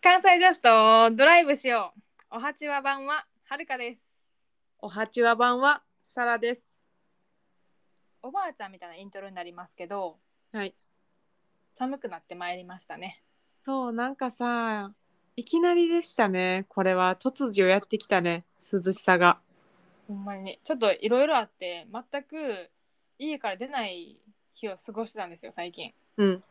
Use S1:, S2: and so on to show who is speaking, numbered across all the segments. S1: 関西女子とドライブしよう。おはちわ版ははるかです。
S2: おはちわ版はサラです。
S1: おばあちゃんみたいなイントロになりますけど、
S2: はい。
S1: 寒くなってまいりましたね。
S2: そうなんかさ、いきなりでしたね。これは突如やってきたね。涼しさが。
S1: ほんまにね、ちょっといろいろあって、全く家から出ない日を過ごしてたんですよ、最近。
S2: うん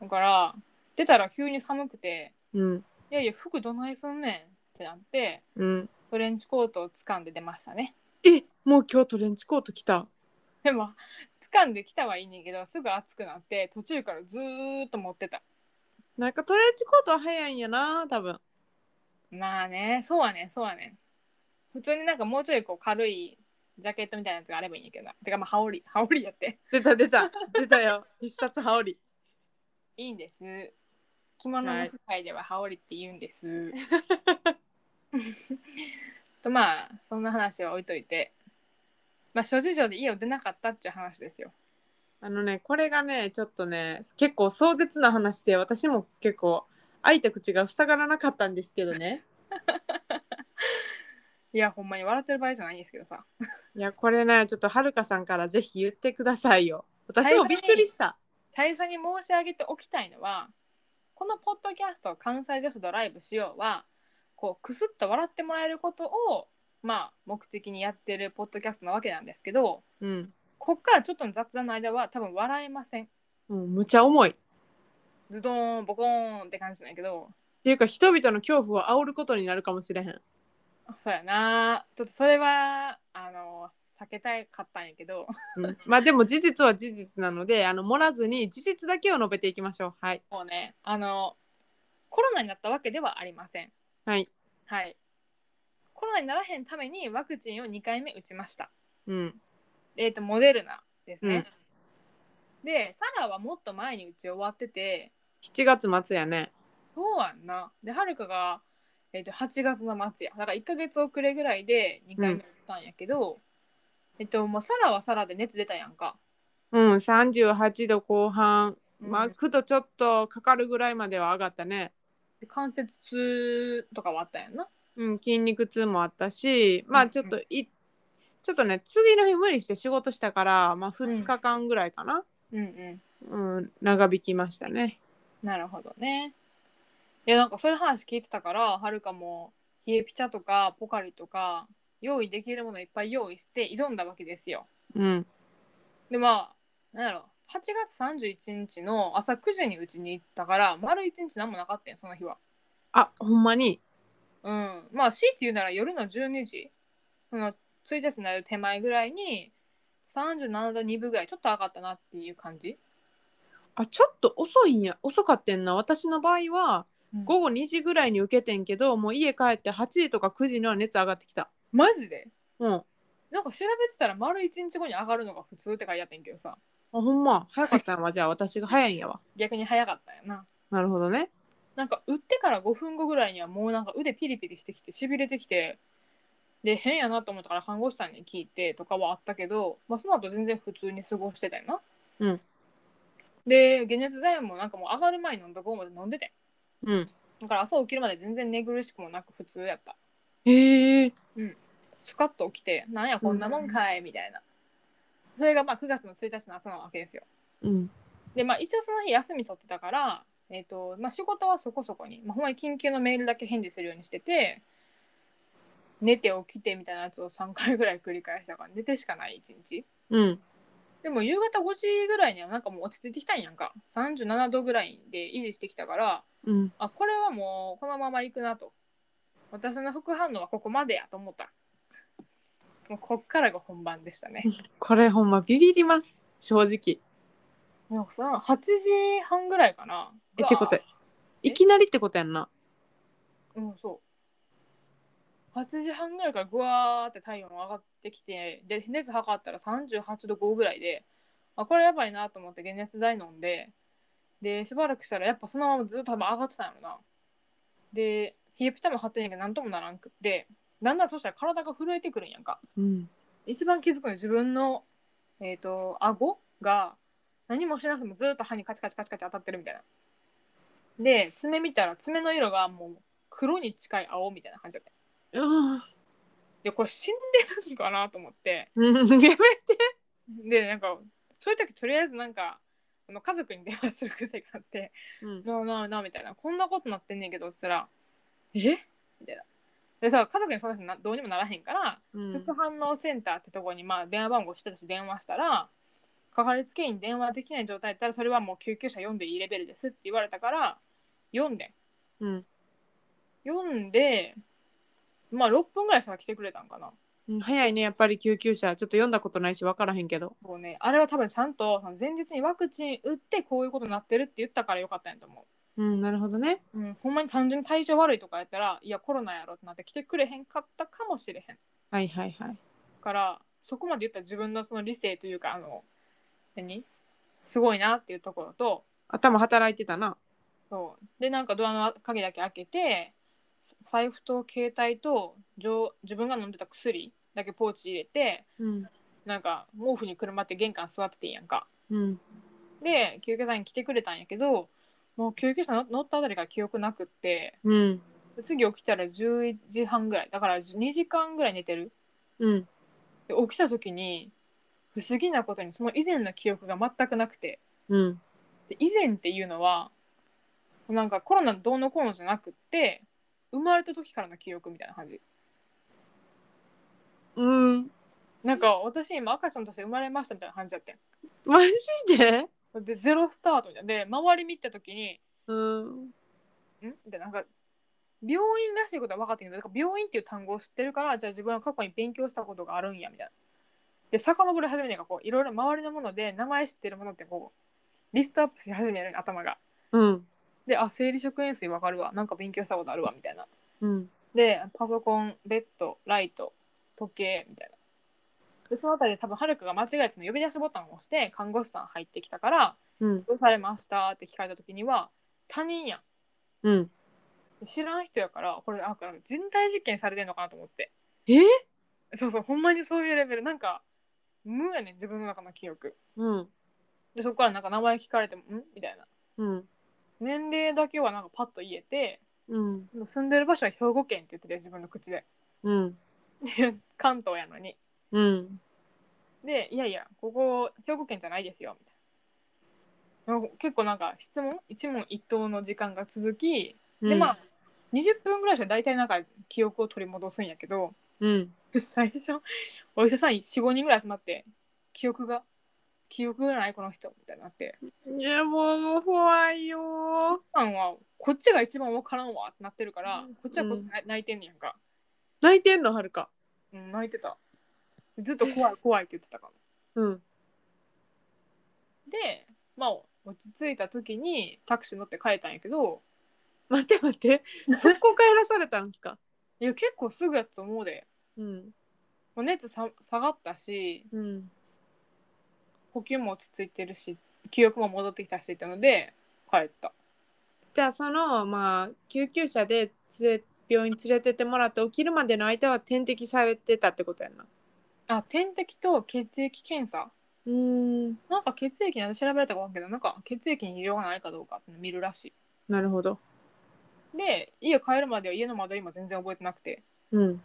S1: だから、出たら急に寒くて、
S2: うん
S1: いやいや、服どないすんねんってなって、
S2: うん。
S1: トレンチコートを掴んで出ましたね。
S2: え、もう今日トレンチコート来た。
S1: でも、掴んできたはいいねんけど、すぐ暑くなって、途中からずーっと持ってた。
S2: なんかトレンチコートは早いんやな、多分。
S1: まあね、そうはね、そうはね。普通になんかもうちょいこう軽いジャケットみたいなやつがあればいいんやけどな。てかまあ羽織、羽織やって。
S2: 出た出た出た よ。必殺羽織。
S1: いいんです。着物の世界では羽織って言うんです。 とまあ、そんな話は置いといて。まあ、諸事情で家を出なかったっていう話ですよ。
S2: あのね、これがね、ちょっとね、結構壮絶な話で、私も結構開いた口が塞がらなかったんですけどね。
S1: いや、ほんまに笑ってる場合じゃないんですけどさ。
S2: いやこれねちょっとはるかさんからぜひ言ってくださいよ私もびっくりした
S1: 最初に申し上げておきたいのはこのポッドキャスト「関西女子ドライブしようは」こうクスッと笑ってもらえることを、まあ、目的にやってるポッドキャストなわけなんですけど
S2: うん
S1: こっからちょっとの雑談の間は多分笑えません
S2: もうむちゃ重いっ
S1: ズドーンボコーンって感じなんやけど
S2: ていうか人々の恐怖を煽ることになるかもしれへん
S1: あそうやなちょっとそれはあの避けたいかったんやけど
S2: うんまあでも事実は事実なのであの盛らずに事実だけを述べていきましょうはい
S1: もうねあのコロナになったわけではありません
S2: はい
S1: はいコロナにならへんためにワクチンを2回目打ちました
S2: うん
S1: えー、とモデルナですね。でサラはもっと前にうち終わってて
S2: 7月末やね
S1: そうやんな。ではるかが、えー、と8月の末やだから1ヶ月遅れぐらいで2回目打ったんやけど、えっともうサラはサラで熱出たやんか。
S2: うん38度後半ま
S1: う
S2: あ
S1: ん
S2: 9度ちょっとかかるぐらいまでは上がったね
S1: で関節痛とかはあったやんな。
S2: うん筋肉痛もあったしまあちょっといちょっとね次の日無理して仕事したからまあ2日間ぐらいかな、
S1: うんう
S2: うん、長引きましたね。
S1: ん。なるほどね。いやなんかそういう話聞いてたからはるかも冷えピタとかポカリとか用意できるものいっぱい用意して挑んだわけですよ。
S2: うん、
S1: でまあなんやろ8月31日の朝9時にうちに行ったから丸1日何もなかったんその日は
S2: あほんまに
S1: うんまあ強いて言うなら夜の12時その1日になる手前ぐらいに37度2分ぐらいちょっと上がったなっていう感じ、
S2: あちょっと遅いんや遅かってんな私の場合は午後2時ぐらいに受けてんけどもう家帰って8時とか9時には熱上がってきた。
S1: マジで
S2: うん、あ
S1: なんか調べてたら丸1日後に上がるのが普通って書いてあったんやけどさ
S2: ほんま早かったんはじゃあ私が早いんやわ。
S1: 逆に早かったよな
S2: なるほどね。
S1: なんか打ってから5分後ぐらいにはもうなんか腕ピリピリしてきてしびれてきてで変やなと思ったから看護師さんに聞いてとかはあったけど、まあ、その後全然普通に過ごしてたよな。
S2: うん、
S1: で解熱剤もなんかもう上がる前に飲んだこうまで飲んでて
S2: うん、
S1: だから朝起きるまで全然寝苦しくもなく普通やった
S2: へえ
S1: スカッと起きてなんやこんなもんかいみたいなそれがまあ9月の1日の朝なわけですよ
S2: うん
S1: でまあ一応その日休み取ってたから、えーとまあ、仕事はそこそこに、まあ、ほんまに緊急のメールだけ返事するようにしてて寝て起きてみたいなやつを3回ぐらい繰り返したから寝てしかない一日
S2: うん
S1: でも夕方5時ぐらいにはなんかもう落ち着いてきたんやんか37度ぐらいで維持してきたから
S2: うん
S1: あこれはもうこのまま行くなと私の副反応はここまでやと思ったもうこっからが本番でした ね
S2: これほんまビビります正直。
S1: なんかさ8時半ぐらいかな
S2: えってこといきなりってことやんな。
S1: うん、そう。8時半ぐらいからぐわーって体温上がってきて、で、熱測ったら38度5ぐらいで、あ、これやばいなと思って解熱剤飲んで、で、しばらくしたらやっぱそのままずっと多分上がってたんやろな。で、冷えピタも張ってんやけどなんともならんくって、だんだんそしたら体が震えてくるんやんか。
S2: うん、
S1: 一番気づくのは自分の、えっ、と、顎が何もしなくてもずっと歯にカチカチカチカチ当たってるみたいな。で、爪見たら爪の色がもう黒に近い青みたいな感じだった
S2: うん
S1: でこれ死んでるんかなと思って
S2: うん やめて
S1: でなんかそういう時とりあえずなんかあの家族に電話する癖があって
S2: うん
S1: なあなあなあみたいなこんなことなってんねんけどそしたら「えみたいな。でさ家族にその人などうにもならへんから、
S2: うん
S1: 副反応センターってとこにまあ電話番号してたし電話したらかかりつけ医に電話できない状態だったらそれはもう救急車呼んでいいレベルですって言われたから呼んで
S2: うん
S1: 呼んでまあ6分ぐらいしたら来てくれたんかな
S2: うん早いねやっぱり救急車ちょっと読んだことないし分からへんけど
S1: もうねあれは多分ちゃんとその前日にワクチン打ってこういうことになってるって言ったからよかったんやと思う
S2: うんなるほどね
S1: うん、ほんまに単純に体調悪いとかやったらいやコロナやろってなって来てくれへんかったかもしれへん
S2: はいはいはい
S1: からそこまで言ったら自分のその理性というかあの何すごいなっていうところと
S2: 頭働いてたな
S1: そうでなんかドアの鍵だけ開けてさ財布と携帯と上自分が飲んでた薬だけポーチ入れて
S2: うん
S1: なんか毛布にくるまって玄関座ってていいやんか
S2: うん
S1: で救急隊に来てくれたんやけどもう救急車の乗ったあたりから記憶なくって
S2: うん
S1: 次起きたら11時半ぐらいだから2時間ぐらい寝てる
S2: うん
S1: で起きた時に不思議なことにその以前の記憶が全くなくて
S2: うん
S1: で以前っていうのはなんかコロナどうのこうのじゃなくって生まれた時からの記憶みたいな感じ
S2: うん
S1: なんか私今赤ちゃんとして生まれましたみたいな感じだって
S2: マジで
S1: んでゼロスタートみたいなで周り見た時に
S2: うん
S1: んってなんか病院らしいことは分かってんけどだから病院っていう単語を知ってるからじゃあ自分は過去に勉強したことがあるんやみたいな。で遡り始めるがこういろいろ周りのもので名前知ってるものってこうリストアップし始めるのよ頭が。
S2: うん
S1: であ生理食塩水分かるわなんか勉強したことあるわみたいな。
S2: うん
S1: でパソコンベッドライト時計みたいな。でそのあたりで多分はるかが間違えてその呼び出しボタンを押して看護師さん入ってきたから
S2: うん
S1: 「どうされました?」って聞かれた時には他人やん。
S2: うん
S1: 知らん人やからこれあなんか人体実験されてんのかなと思って
S2: え
S1: そうそうほんまにそういうレベルなんか無やねん自分の中の記憶
S2: うん
S1: でそこからなんか名前聞かれても「ん?」みたいな
S2: うん
S1: 年齢だけはなんかパッと言えて
S2: うん
S1: でも住んでる場所は兵庫県って言ってて自分の口で
S2: うん
S1: 関東やのに
S2: うん
S1: で「いやいやここ兵庫県じゃないですよ」みたいななんか結構なんか質問一問一答の時間が続きでまあ20分ぐらいしたら大体なんか記憶を取り戻すんやけど、
S2: うん
S1: 最初お医者さん45人ぐらい集まって記憶が記憶がないこの人みたいになって
S2: いやもうもう怖いよ
S1: ファンはこっちが一番分からんわってなってるからこっちはこっち泣泣いてんねやんか、
S2: 泣いてんのはるか
S1: うん、泣いてたずっと怖い怖いって言ってたかも
S2: うん
S1: でまあ落ち着いた時にタクシー乗って帰ったんやけど
S2: 待って待ってそこ帰らされたんすか
S1: いや結構すぐやったと思うで
S2: うん
S1: もう熱さ下がったし
S2: うん
S1: 呼吸も落ち着いてるし記憶も戻ってきたしってので帰った
S2: じゃあそのまあ救急車で連れ病院連れてってもらって起きるまでの間は点滴されてたってことやな
S1: あ点滴と血液検査
S2: うん
S1: なんか血液に調べられたかわかんないけどなんか血液に異常がないかどうかっていうのを見るらし
S2: なるほど
S1: いで家帰るまでは家の間取りも全然覚えてなくて
S2: うん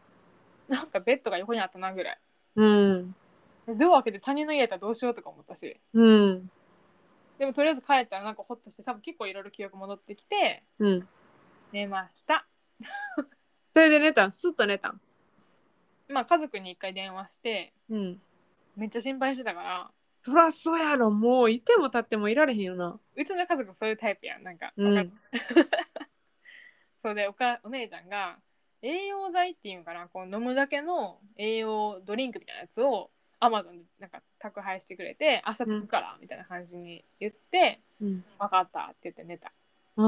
S1: なんかベッドが横にあったなぐらい
S2: うん
S1: でドア開けて他人の家やったらどうしようとか思ったし
S2: うん
S1: でもとりあえず帰ったらなんかホッとして多分結構いろいろ記憶戻ってきて
S2: うん
S1: 寝ました
S2: それで寝たんスッと寝たん
S1: まあ家族に一回電話して
S2: うん
S1: めっちゃ心配してたから
S2: そらそうやろもういても立ってもいられへんよな
S1: うちの家族そういうタイプやんなんか、
S2: うん
S1: わかる そうでおかお姉ちゃんが栄養剤っていうんかなこう飲むだけの栄養ドリンクみたいなやつをアマゾンでなんか宅配してくれて明日着くからみたいな感じに言って、
S2: うん
S1: 分かったって言って寝た
S2: あ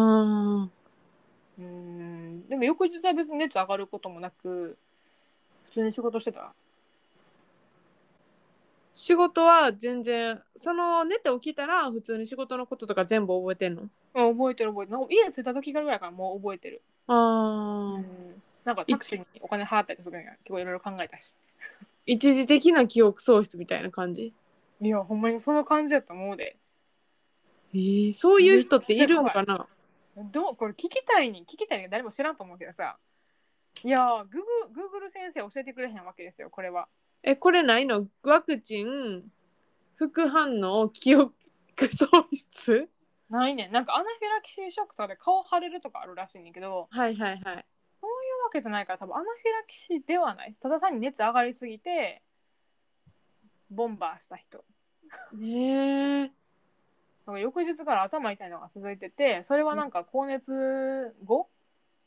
S1: うーんでも翌日は別に熱上がることもなく普通に仕事してた
S2: 仕事は全然その寝て起きたら普通に仕事のこととか全部覚えてんの
S1: うん覚えてる覚えてるなんか家着いた時からぐらいからもう覚えてる、
S2: あ
S1: う
S2: あ
S1: んなんかタクシーにお金払ったりとか結構いろいろ考えたし
S2: 一時的な記憶喪失みたいな感じ
S1: いやほんまにその感じやと思うで
S2: えー、そういう人っているんかな
S1: うどうこれ聞きたいに聞きたいに誰も知らんと思うけどさいやーグーグーグル先生教えてくれへんわけですよこれは
S2: えこれないのワクチン副反応記憶喪失
S1: ないねんなんかアナフィラキシーショックとかで顔腫れるとかあるらしいねんけど
S2: はいはいはい
S1: そういうわけじゃないから多分アナフィラキシーではないただ単に熱上がりすぎてボンバーした人
S2: ねえ
S1: なんか翌日から頭痛いのが続いててそれはなんか高熱後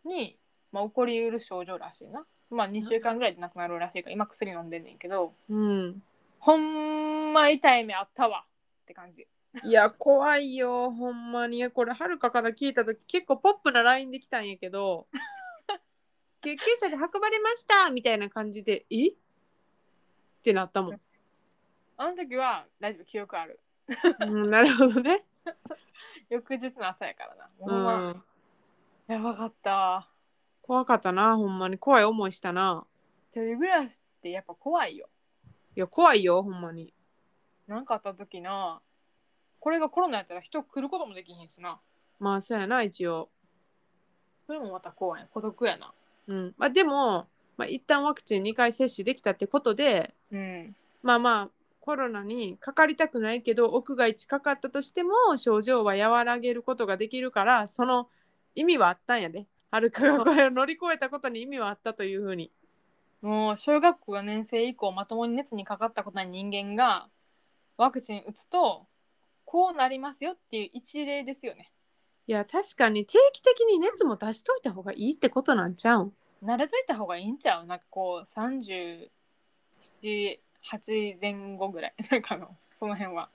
S1: に、まあ、起こりうる症状らしいな、まあ、2週間ぐらいで亡くなるらしいから今薬飲んでんねんけど
S2: うん
S1: ほんま痛い目あったわって感じ
S2: いや怖いよほんまにこれはるかから聞いた時結構ポップな LINE できたんやけど救急車で運ばれましたみたいな感じでえってなったもん、
S1: あの時は大丈夫記憶ある
S2: うん、なるほどね
S1: 翌日の朝やからなほ
S2: うん
S1: ま、
S2: ん
S1: やばかったわ
S2: 怖かったなほんまに怖い思いしたな
S1: 一人暮らしってやっぱ怖いよ
S2: いや怖いよほんまに
S1: なんかあった時なこれがコロナやったら人来ることもできひんしな
S2: まあそうやな一応
S1: それもまた怖い孤独やな
S2: うんまあ、でも、まあ、一旦ワクチン2回接種できたってことで
S1: うん
S2: まあまあコロナにかかりたくないけど屋外近かったとしても症状は和らげることができるからその意味はあったんやではるかがこれを乗り越えたことに意味はあったというふうに
S1: もう小学校4年生以降まともに熱にかかったことない人間がワクチン打つとこうなりますよっていう一例ですよね
S2: いや確かに定期的に熱も出しといた方がいいってことなんちゃうん
S1: 慣れといた方がいいんちゃうなんかこう378前後ぐらい なんかあのその辺は、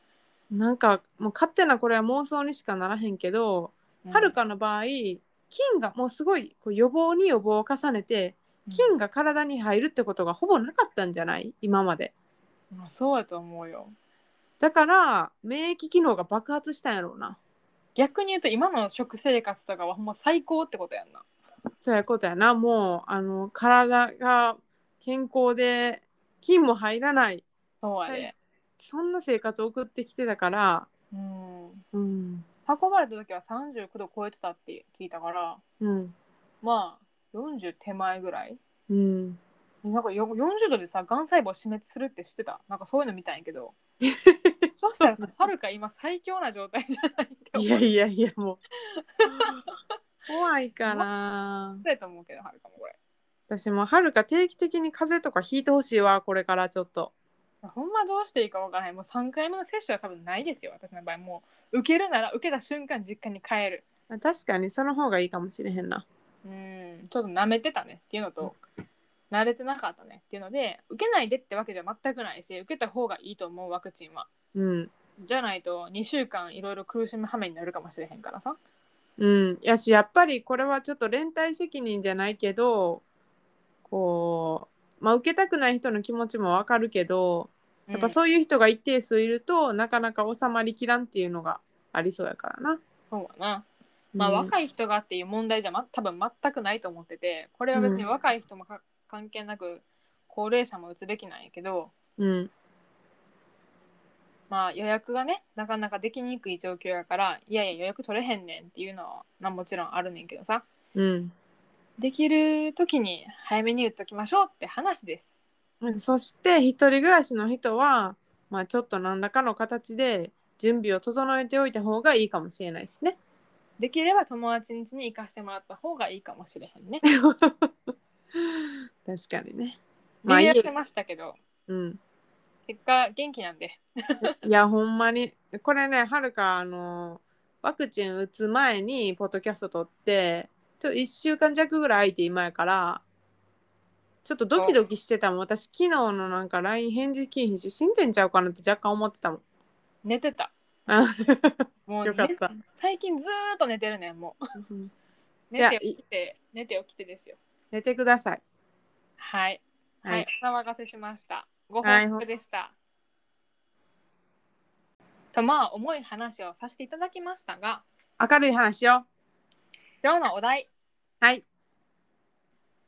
S2: なんかもう勝手なこれは妄想にしかならへんけど
S1: うん
S2: はるかの場合菌がもうすごいこう予防に予防を重ねて菌が体に入るってことがほぼなかったんじゃない今まで
S1: うんまあそうやと思うよ
S2: だから免疫機能が爆発したんやろうな
S1: 逆に言うと今の食生活とかはほんま最高ってことやんな
S2: そういうことやなもうあの体が健康で菌も入らない
S1: そうやで、
S2: そんな生活を送ってきてたから
S1: うん
S2: うん
S1: 運ばれた時は39度超えてたって聞いたから
S2: うん
S1: まあ40手前ぐらい
S2: うん
S1: なんかよ40度でさ、がん細胞死滅するって知ってた。なんかそういうの見たんやけど。そしたらさ、はるか今最強な状態じゃないって思
S2: いうやいやいやもう怖いから
S1: だと思うけど、はるかもこれ。
S2: 私もはるか定期的に風邪とかひいてほしいわこれからちょっと
S1: ほんまどうしていいかわからへん。もう3回目の接種は多分ないですよ、私の場合。もう、受けるなら受けた瞬間実家に帰る。
S2: 確かにその方がいいかもしれへんな
S1: うん、ちょっと舐めてたねっていうのと、慣れてなかったねっていうので、受けないでってわけじゃ全くないし、受けた方がいいと思うワクチンは。
S2: うん
S1: じゃないと2週間いろいろ苦しむ羽目になるかもしれへんからさ。
S2: うん、やしやっぱりこれはちょっと連帯責任じゃないけどこう、まあ、受けたくない人の気持ちもわかるけど
S1: や
S2: やっぱそういう人が一定数いると、なかなか収まりきらんっていうのがありそうやからな。
S1: そうやな。まあ、
S2: うん
S1: 若い人がっていう問題じゃ、ま、多分全くないと思っててこれは別に
S2: うん
S1: 若い人もか関係なく高齢者も打つべきなんやけど、
S2: うん
S1: まあ、予約がねなかなかできにくい状況やからいやいや予約取れへんねんっていうのはなもちろんあるねんけどさ
S2: うん
S1: できる時に早めに打っときましょうって話です。
S2: そして一人暮らしの人は、まあ、ちょっと何らかの形で準備を整えておいた方がいいかもしれないですね。
S1: できれば友達ん家に行かしてもらった方がいいかもしれへんね。
S2: 確かにね。 まあ
S1: ま
S2: いい
S1: やってましたけど
S2: うん
S1: 結果元気なんで。
S2: いやほんまにこれねはるかあのワクチン打つ前にポッドキャスト撮ってちょっと1週間弱ぐらい空いて今やからちょっとドキドキしてたもん私昨日のなんか LINE 返事きんひんし死んでんちゃうかなって若干思ってたもん
S1: 寝てた。
S2: あ
S1: もう
S2: よかった
S1: 寝最近ずーっと寝てるねんもう。
S2: い
S1: 寝
S2: や
S1: て起きて寝て起きてですよ。
S2: 寝てください
S1: はい。
S2: は
S1: はいい。お騒がせしました。ご
S2: はい
S1: 報告でした。とまあ重い話をさせていただきましたが、
S2: 明るい話よ
S1: 今日のお題
S2: はい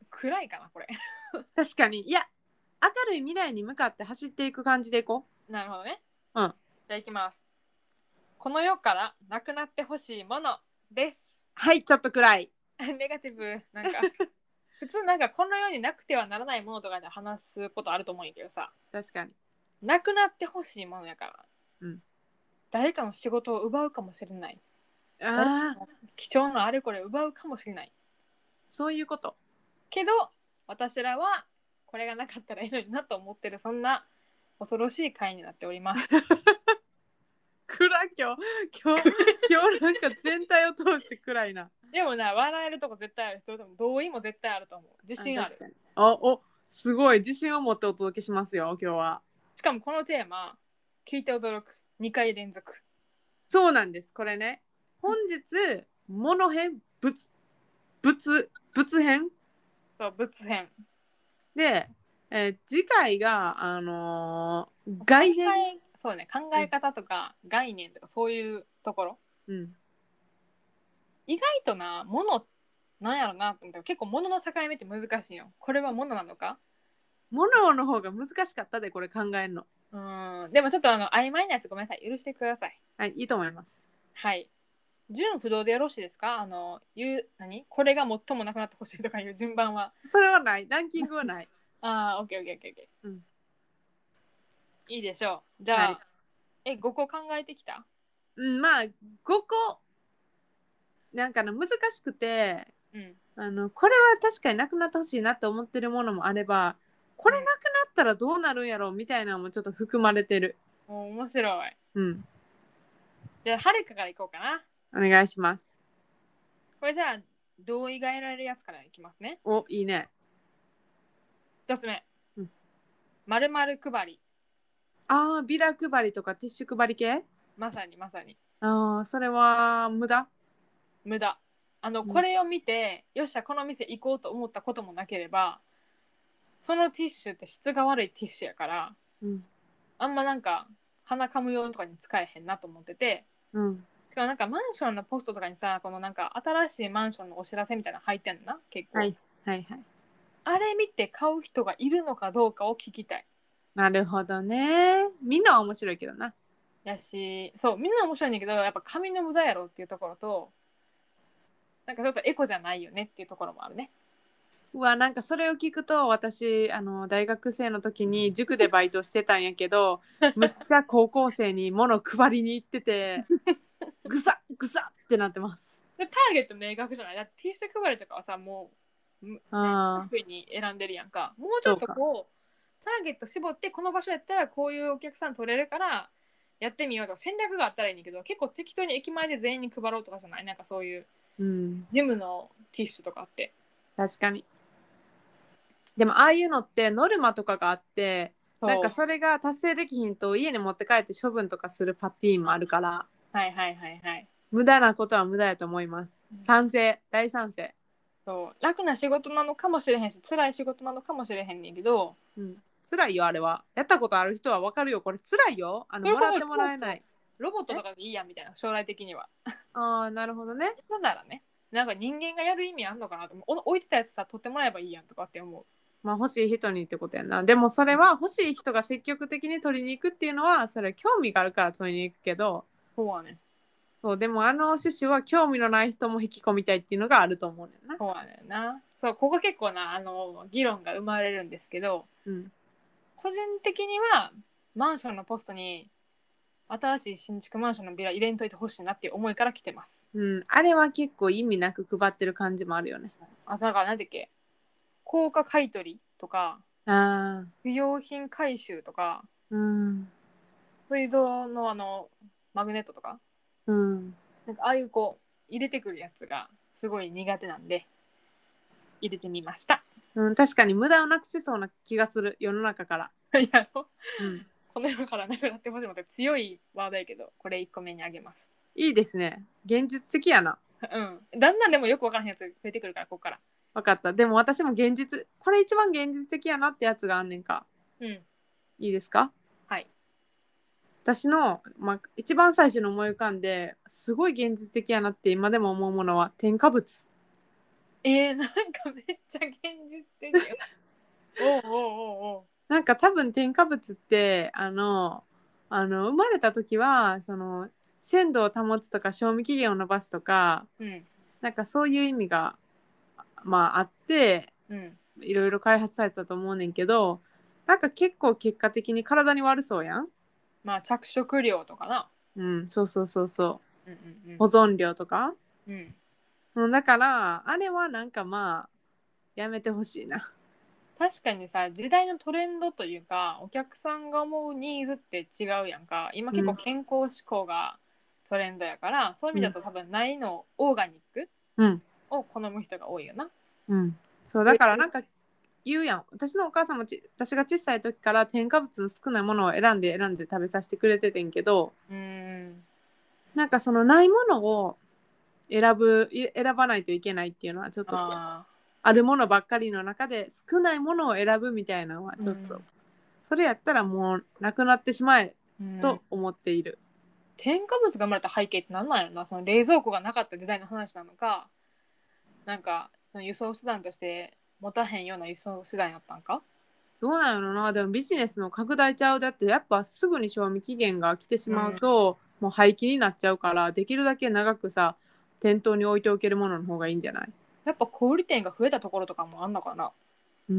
S1: 暗いかなこれ。
S2: 確かにいや明るい未来に向かって走っていく感じでいこ
S1: なるほどね。
S2: うん
S1: じゃあいきます。この世からなくなってほしいものです。
S2: はい、ちょっと暗い。
S1: ネガティブなん か普通なんかこの世になくてはならないものとかで話すことあると思うんやけどさ
S2: 確かに。
S1: なくなってほしいものやから、
S2: うん
S1: 誰かの仕事を奪うかもしれない
S2: ああ、
S1: 貴重なあれこれ奪うかもしれない
S2: そういうこと。
S1: けど私らはこれがなかったらいいのになと思ってるそんな恐ろしい回になっており ます。
S2: 暗い今日、 今日、今日なんか全体を通して暗いな。
S1: でもな笑えるとこ絶対ある人でも同意も絶対あると思う自信ある
S2: 確かに。お、お、すごい。自信を持ってお届けしますよ、今日は。
S1: しかもこのテーマ聞いて驚く2回連続
S2: そうなんです、これね。本日、モノ編、仏、仏、仏編
S1: そう物編
S2: で、えー次回が、あのー概念
S1: 考。えそうね考え方とか概念とかそういうところ
S2: うん。
S1: 意外となものなんやろなと思って結構ものの境目って難しいよこれはものなのか
S2: モノの方が難しかったで、これ考えるの。
S1: うーんでもちょっとあの曖昧なやつごめんなさい許してください
S2: はい、いいと思います。
S1: はい順不動でよろしいですかあの言う何これが最もなくなってほしいとかいう順番は
S2: それはない。ランキングはない。
S1: ああ、オッケーオッケーオッケーオッケー。
S2: うん
S1: いいでしょう。じゃあ、
S2: は
S1: え、5個考えてきた
S2: うん、まあ5個なんかの難しくて
S1: うん。
S2: あのこれは確かになくなってほしいなって思ってるものもあればこれなくなったらどうなるんやろうみたいなのもちょっと含まれてる。
S1: もう面白い。
S2: うん、
S1: じゃあ、はるかからいこうかな。
S2: お願いします。
S1: これじゃあ、同意が得られるやつからいきますね。
S2: おいいね。
S1: 一つ目
S2: うん。
S1: まるまる配り。
S2: ああビラ配りとかティッシュ配り系
S1: まさにまさに。
S2: ああそれは無駄
S1: 無駄。あの、
S2: うん
S1: これを見て、よっしゃ、この店行こうと思ったこともなければ、そのティッシュって質が悪いティッシュやから、
S2: うん。
S1: あんまなんか、鼻かむ用とかに使えへんなと思ってて、
S2: うん。
S1: しかもなんかマンションのポストとかにさこのなんか新しいマンションのお知らせみたいなの入ってんのな結構、
S2: はいはいはい。
S1: あれ見て買う人がいるのかどうかを聞きたい
S2: なるほどね。みんなは面白いけどな。
S1: やしそうみんな面白いんだけどやっぱ紙の無駄やろっていうところとなんかちょっとエコじゃないよねっていうところもあるね
S2: うわなんかそれを聞くと私あの大学生の時に塾でバイトしてたんやけどむっちゃ高校生に物配りに行っててぐさぐさってなってます。
S1: でターゲット明確じゃないだって T シャツ配りとかはさもうむね
S2: あ
S1: 特に選んでるやんかもうちょっとこうターゲット絞ってこの場所やったらこういうお客さん取れるからやってみようとか戦略があったらいいねんだけど結構適当に駅前で全員に配ろうとかじゃないなんかそういう
S2: うん、
S1: ジムのティッシュとかあって
S2: 確かにでもああいうのってノルマとかがあって
S1: な
S2: なんん
S1: か
S2: か
S1: そ
S2: それが達成できひんと家に持って帰って処分とかするパティーンもあるから
S1: はいはいはいはい
S2: 無駄なことは無駄やと思います
S1: うん。
S2: 賛成大賛成。
S1: そう楽な仕事なのかもしれへんし辛い仕事なのかもしれへんねんけど
S2: うん、辛いよあれは。やったことある人はわかるよこれ辛いよあの
S1: え
S2: もらってもらえない。
S1: ロボットとかでいいやんみたいな将来的には
S2: ああなるほどね。
S1: なんならねなんか人間がやる意味あんのかなと思うお置いてたやつさ取ってもらえばいいやんとかって思う
S2: まあ欲しい人にってことやな。でもそれは欲しい人が積極的に取りに行くっていうのはそれは興味があるから取りに行くけど
S1: そうはね
S2: そうでもあの趣旨は興味のない人も引き込みたいっていうのがあると思うねんな。
S1: そうなんだよな。そう、ここ結構な、あの、議論が生まれるんですけど、
S2: うん、
S1: 個人的には、マンションのポストに、新しい新築マンションのビラ入れんといてほしいなっていう思いから来てます。
S2: うん、あれは結構意味なく配ってる感じもあるよね。
S1: あ、だから、なんだっけ、高価買取とか、
S2: ああ
S1: 不用品回収とか、
S2: うん
S1: 水道のあの、マグネットとか、
S2: うん
S1: なんか、ああいうこう、入れてくるやつが、すごい苦手なんで、入れてみました。
S2: うん、確かに無駄をなくせそうな気がする世の中から。
S1: やろ
S2: うん、
S1: この世からなくなってほしいもんって強いワードやけど、これ1個目にあげます。
S2: いいですね。現実的やな。
S1: うん。だんだんでもよくわからへんやつ増えてくるから、ここから。
S2: 分かった。でも私も現実これ一番現実的やなってやつがあんねんか。
S1: うん。
S2: いいですか
S1: はい
S2: 私の、まあ、一番最初に思い浮かんですごい現実的やなって今でも思うものは添加物
S1: えー、なんかめっちゃ現実的よ。 おうおうおうおう。
S2: なんか多分添加物ってあのあの生まれた時はその鮮度を保つとか賞味期限を伸ばすとか
S1: うん。
S2: なんかそういう意味がまああって
S1: うん
S2: いろいろ開発されたと思うねんけどなんか結構結果的に体に悪そうやん
S1: まあ着色料とかな
S2: うんそうそうそうそ
S1: うんうん
S2: う保存料とか
S1: うんうん
S2: うんだからあれはなんかまあやめてほしいな
S1: 確かにさ時代のトレンドというかお客さんが思うニーズって違うやんか今結
S2: う
S1: 構
S2: ん
S1: 健康志向がトレンドやから、そういう意味だと多分ないのオーガニック
S2: うん
S1: を好む人が多いよな
S2: うんそうだからなんか言うやん私のお母さんもち私が小さい時から添加物の少ないものを選んで選んで食べさせてくれててんけど
S1: うーん
S2: なんかそのないものを選ぶい選ばないといけないっていうのはちょっとあ
S1: あ
S2: るものばっかりの中で少ないものを選ぶみたいなのはちょっと、
S1: うん
S2: それやったらもうなくなってしまえ
S1: ーう
S2: と
S1: ん
S2: 思っている、
S1: 添加物が生まれた背景って何なんやろなその冷蔵庫がなかった時代の話なのかなんかその輸送手段として持たへんような輸送手段やったんか
S2: どうなんやろなでもビジネスの拡大ちゃうだってやっぱすぐに賞味期限が来てしまうと、もう廃棄になっちゃうからできるだけ長くさ店頭に置いておけるものの方がいいんじゃない
S1: やっぱ小売店が増えたところとかもあんのかな
S2: うー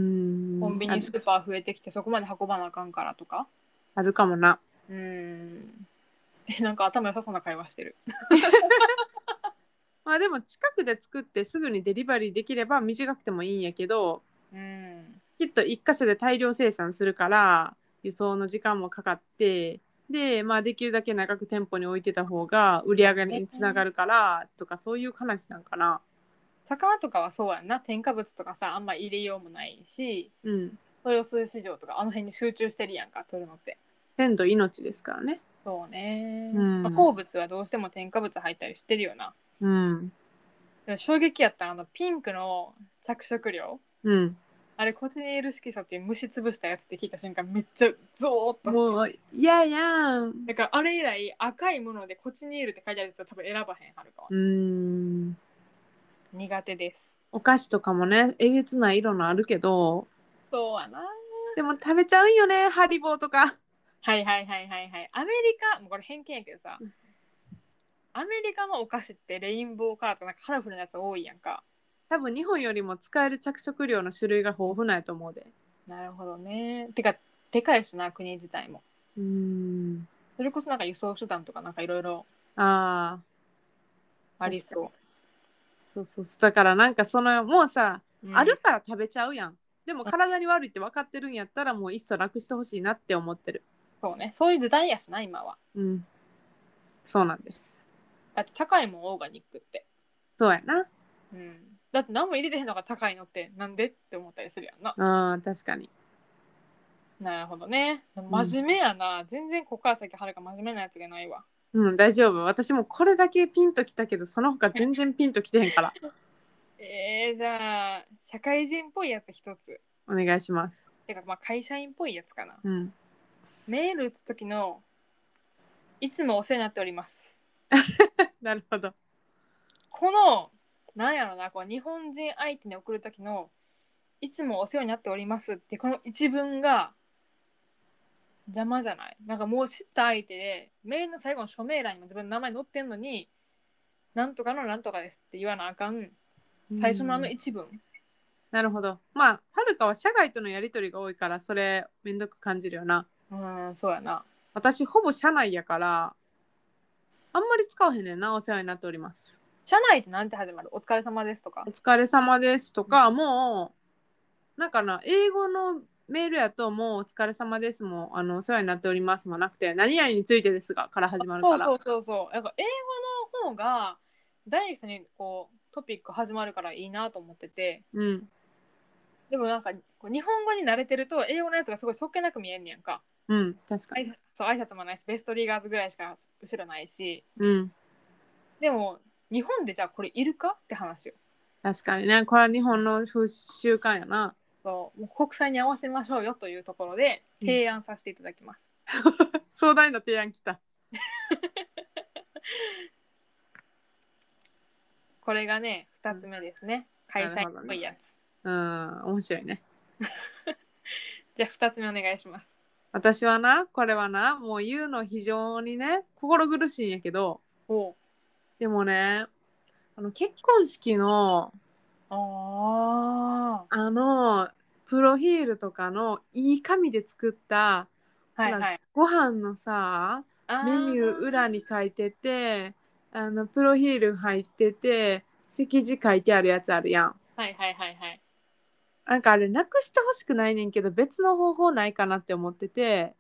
S2: ん
S1: コンビ
S2: あ
S1: ニ
S2: る
S1: スーパー増えてきてそこまで運ばなあかんからとか
S2: あるかもな
S1: うーんえなんか頭良さそうな会話してる
S2: まあでも近くで作ってすぐにデリバリーできれば短くてもいいんやけど
S1: うーん
S2: きっと一箇所で大量生産するから輸送の時間もかかってで、まあ、できるだけ長く店舗に置いてた方が売り上げにつながるからとかそういう話なんかな。
S1: 魚とかはそうやんな添加物とかさあんま入れようもないし
S2: うん、
S1: 豊洲市場とかあの辺に集中してるやんか取るのって
S2: 鮮度命ですからね。
S1: そうね、
S2: うん
S1: まあ鉱物はどうしても添加物入ったりしてるよな
S2: うん、
S1: でも衝撃やったのあのピンクの着色料
S2: うん、
S1: あれコチネール色素っていう虫潰したやつって聞いた瞬間めっちゃゾーっとして
S2: もう嫌ややん。
S1: だからあれ以来赤いものでコチニールって書いてあるやつは多分選ばへんはるかは、
S2: うん
S1: 苦手です
S2: お菓子とかもねえげつない色のあるけど
S1: そうやな
S2: でも食べちゃうんよねハリボーとか。
S1: はいはいはいはいはいアメリカもうこれ偏見やけどさ
S2: うん
S1: アメリカのお菓子ってレインボーカラーとかなんかカラフルなやつ多いやんか
S2: 多分日本よりも使える着色料の種類が豊富なんやと思うで。
S1: なるほどねてかでかいしな国自体も
S2: うん
S1: それこそなんか輸送手段とかなんかいろいろ
S2: ああ
S1: ありそ
S2: そうそうそうだからなんかそのもうさ、
S1: う、
S2: あるから食べちゃうやんでも体に悪いって分かってるんやったらもういっそ楽してほしいなって思ってる
S1: そうねそういう時代やしな今は
S2: うんそうなんです
S1: だって高いもんオーガニックって、
S2: そうやな
S1: うん、だって何も入れてへんのが高いのってなんでって思ったりするやんな
S2: うん確かに
S1: なるほどね真面目やな、全然ここから先はるか真面目なやつがないわ
S2: うん大丈夫私もこれだけピンときたけどその他全然ピンときてへんから
S1: えー、じゃあ社会人っぽいやつ一つ
S2: お願いします
S1: てかまあ会社員っぽいやつかな
S2: うん
S1: メール打つ時のいつもお世話になっております
S2: なるほど
S1: このなんやろなこう日本人相手に送る時のいつもお世話になっておりますってこの一文が邪魔じゃないなんかもう知った相手でメールの最後の署名欄にも自分の名前載ってんのになんとかのなんとかですって言わなあかん最初のあの
S2: うん
S1: 一文、
S2: なるほどまあはるかは社外とのやり取りが多いからそれめんどく感じるよな
S1: うん、そうやな
S2: 私ほぼ社内やからあんまり使わへんねんなお世話になっております
S1: 社内ってなんて始まるお疲れ様ですとか
S2: お疲れ様ですとか、もうなんかな英語のメールやともうお疲れ様ですもあのお世話になっておりますもなくて何々についてですがから始まるか
S1: そう
S2: ら
S1: そうそうそうなんか英語の方がダイレクトにこうトピック始まるからいいなと思ってて
S2: うん
S1: でもなんかこう日本語に慣れてると英語のやつがすごいそっけなく見えんねやんか
S2: うん確かに、
S1: 挨そう挨拶もないしベストリーガーズぐらいしか後ろないし
S2: うん
S1: でも日本でじゃあこれいるかって話よ
S2: 確かにねこれは日本の風習慣やな
S1: そうもう国際に合わせましょうよというところで
S2: うん
S1: 提案させていただきます、
S2: 壮大な提案来た
S1: これがね2つ目ですね、会社員っぽいやつ、
S2: うん面白いね
S1: じゃあ2つ目お願いします
S2: 私はなこれはなもう言うの非常にね心苦しいんやけど
S1: おう
S2: でもねあの結婚式の
S1: あ
S2: あのプロフィールとかのいい紙で作った、
S1: あ。はいはい。
S2: ほらご飯のさメニュー裏
S1: に。
S2: に書いててあのプロフィール入ってて席次書いてあるやつあるやん。
S1: はいはいはいはい。
S2: なんかあれなくしてほしくないねんけど別の方法ないかなって思ってて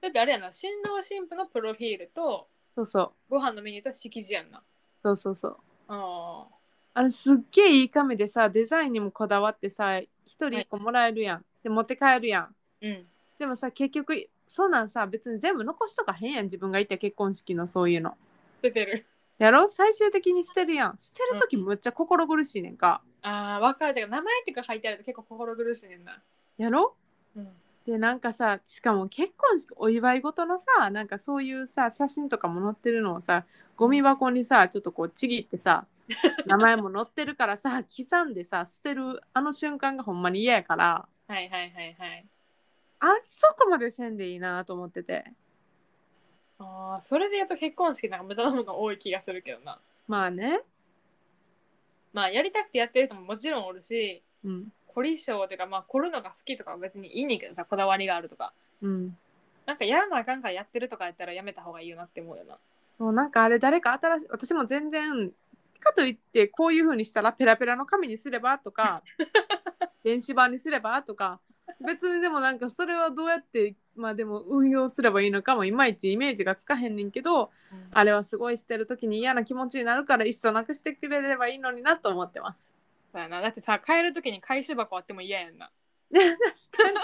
S1: だってあれやな、新郎新婦のプロフィールと、
S2: そうそう
S1: ご飯のメニューと敷地やんな。
S2: そうそうそう
S1: あ
S2: あのすっげえいい紙でさデザインにもこだわってさ一人一個もらえるやん、で持って帰るやん
S1: ーうん。
S2: でもさ結局そうなんさ別に全部残しとかへんやん自分が行った結婚式のそういうの
S1: 出てる。
S2: やろ最終的に捨てるやん捨てる時むっちゃ心苦しいねんか、
S1: ああ、わかる。てか、名前とか書いてあると結構心苦しいねんな。
S2: やろ
S1: うん。
S2: でなんかさしかも結婚式お祝い事のさなんかそういうさ写真とかも載ってるのをさゴミ箱にさちょっとこうちぎってさ名前も載ってるからさ 刻んでさ捨てるあの瞬間がほんまに嫌やから
S1: はいはいはいはい。
S2: あそこまでせんでいいなと思ってて
S1: ああ、それで言うと結婚式なんか無駄なもの多い気がするけどな。
S2: まあね
S1: まあ、やりたくてやってる人ももちろんおるし、
S2: うん
S1: 凝り性というか、まあ、凝るのが好きとかは別にいいねんけどさ、こだわりがあるとか。
S2: うん
S1: なんかやらなあかんからやってるとかやったらやめた方がいいよなって思うよな。
S2: そうなんかあれ誰か新しい私も全然かといってこういう風にしたらペラペラの紙にすればとか電子版にすればとか別にでもなんかそれはどうやってまあでも運用すればいいのかもいまいちイメージがつかへんねんけどあれはすごい捨てる時に嫌な気持ちになるからいっそなくしてくれればいいのになと思ってます。
S1: そうやな。だってさ、帰るときに回収箱あっても嫌やんな。
S2: 確か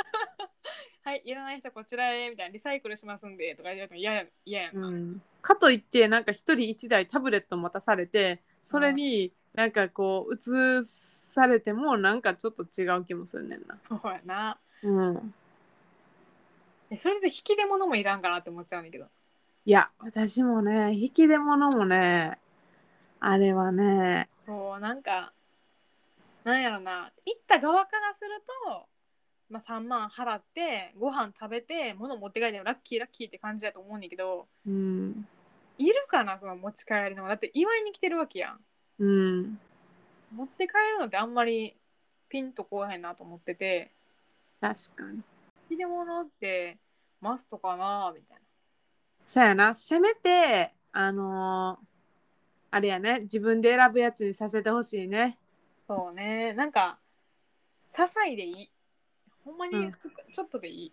S1: はい、いらない人こちらへ、みたいな。リサイクルしますんで、とか言われても嫌や嫌やん
S2: に、
S1: な。
S2: かといってなんか一人一台タブレット持たされてそれになんかこう映されてもなんかちょっと違う気もするねんな。
S1: そうやな。
S2: うん、
S1: えそれで引き出物もいらんかなって思っちゃうんだけど。
S2: いや私もね引き出物もねあれはね
S1: もうなんか、なんやろな。行った側からすると、まあ、3万払って、ご飯食べて、物持って帰ってもラッキーラッキーって感じだと思うんだけど、
S2: うん
S1: いるかな、その持ち帰りの。だって祝いに来てるわけやん。
S2: うん
S1: 持って帰るのってあんまりピンとこうへんなと思ってて
S2: 確かに
S1: 引き出物ってマストかなみたい
S2: そうやなせめてあのーあれやね自分で選ぶやつにさせてほしいね
S1: なそうねなんか些細でいいほんま
S2: う
S1: に
S2: ん
S1: ちょっとでいい、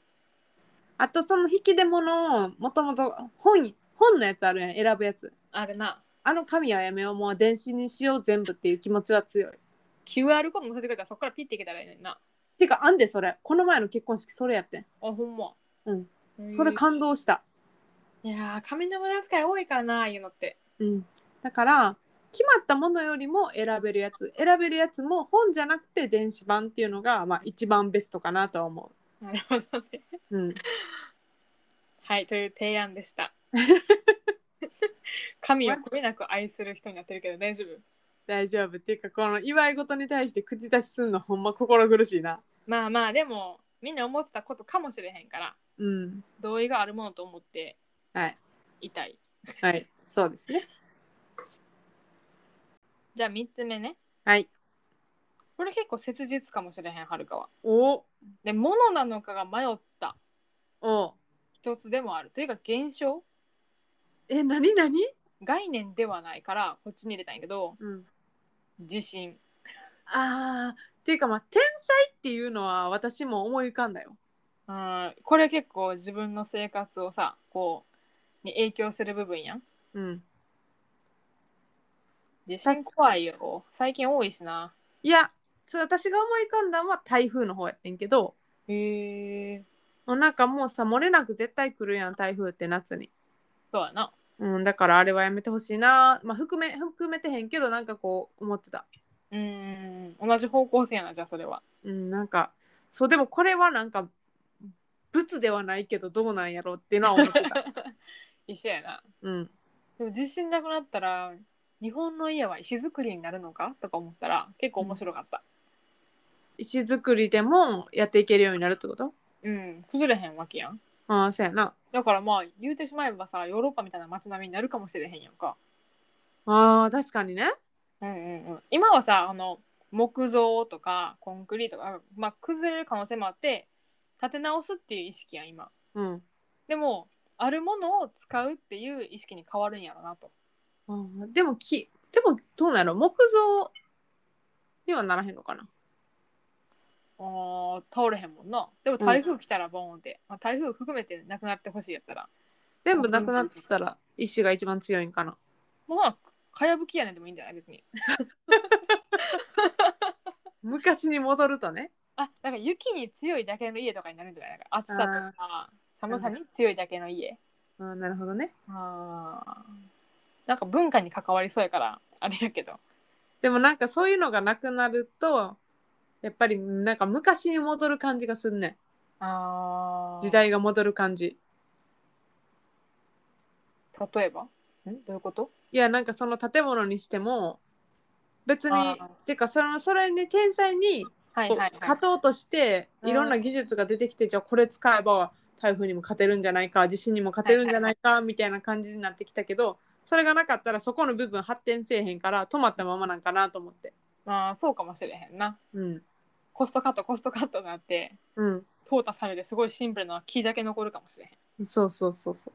S2: あとその引き出物をもともと本本のやつあるやん選ぶやつ
S1: あれな
S2: あの紙はやめようもう電子にしよう全部っていう気持ちは強い
S1: QR コード載せてくれたらそこからピッていけたらいいねんな
S2: てかあんでそれこの前の結婚式それやってん
S1: あほんま
S2: うん
S1: へー
S2: それ感動した
S1: いやー紙の無駄遣い多いからなああいうのって
S2: うん、だから決まったものよりも選べるやつ選べるやつも本じゃなくて電子版っていうのが、まあ、一番ベストかなとは思
S1: なるほどね
S2: う、うん、
S1: はいという提案でした 紙をこびなく愛する人になってるけど大丈夫
S2: 大丈夫っていうかこの祝い事に対して口出しするのほんま心苦しいな
S1: まあまあでもみんな思ってたことかもしれへんから
S2: うん
S1: 同意があるものと思って
S2: はい
S1: いたい。
S2: はいそうですね
S1: じゃあ3つ目ね。
S2: はい
S1: これ結構切実かもしれへん、はるかは。
S2: お
S1: で、ものなのかが迷った
S2: お
S1: 一つでもある。というか、現象
S2: え何何、
S1: 概念ではないから、こっちに入れたんやけど、
S2: うん、
S1: 自信。
S2: あーっていうかまあ天才っていうのは私も思い浮かんだよ
S1: うん、これ結構自分の生活をさ、こう、に影響する部分やん。
S2: うん
S1: 自
S2: 確か
S1: 信
S2: に
S1: 怖いよ。最近多いしな。
S2: いやそう私が思い浮かんだのは台風の方やってんけど
S1: へえ。
S2: もうなんかもうさ漏れなく絶対来るやん台風って夏に、
S1: そうやな。
S2: うん、だからあれはやめてほしいなまあ含め含めてへんけどなんかこう思ってた、
S1: うん、同じ方向性やな、じゃあそれは。
S2: うん、なんかそうでもこれはなんか物ではないけどどうなんやろうっていうのは思ってた、
S1: 一緒やな。
S2: うん、
S1: でも自信なくなったら日本の家は石造りになるのかとか思ったら結構面白かった
S2: 石造りでもやっていけるようになるってこと
S1: うん、崩れへんわけやん
S2: ああそうやな
S1: だからまあ言うてしまえばさヨーロッパみたいな街並みになるかもしれへんやんか
S2: あー確かにね
S1: うんうんうん、今はさあの木造とかコンクリートが、まあ、崩れる可能性もあって立て直すっていう意識やん今
S2: うん。
S1: でもあるものを使うっていう意識に変わるんやろなと
S2: うんでも木、でもどうなの木造にはならへんのかな
S1: あー倒れへんもんなでも台風来たらボーンって、まあ、台風含めてなくなってほしいやったら
S2: 全部なくなったら石が一番強いんかな。
S1: もうまあかやぶき屋根でもいいんじゃない別に
S2: 昔に戻るとね。
S1: あなんか雪に強いだけの家とかになるんじゃないなんか暑さとか寒さに強いだけの家
S2: うん、なるほどね。
S1: あーなんか文化に関わりそうやからあれやけど
S2: でもなんかそういうのがなくなると、やっぱりなんか昔に戻る感じがすんね
S1: あ
S2: ん。
S1: ー
S2: 時代が戻る感じ。
S1: 例えばんどういうこと
S2: いや、なんかその建物にしても、別
S1: あ
S2: に
S1: ー、
S2: てかその、それに天才に
S1: はい
S2: こう
S1: はいはい
S2: 勝とうとして
S1: うん
S2: いろんな技術が出てきて、じゃあこれ使えば台風にも勝てるんじゃないか地震にも勝てるんじゃないかみたいな感じになってきたけどそれがなかったらそこの部分発展せえへんから止まったままなんかなと思って
S1: まあそうかもしれへんな
S2: うん
S1: コストカットコストカットになって
S2: うん
S1: 淘汰されてすごいシンプルな木だけ残るかもしれへん
S2: そうそうそうそ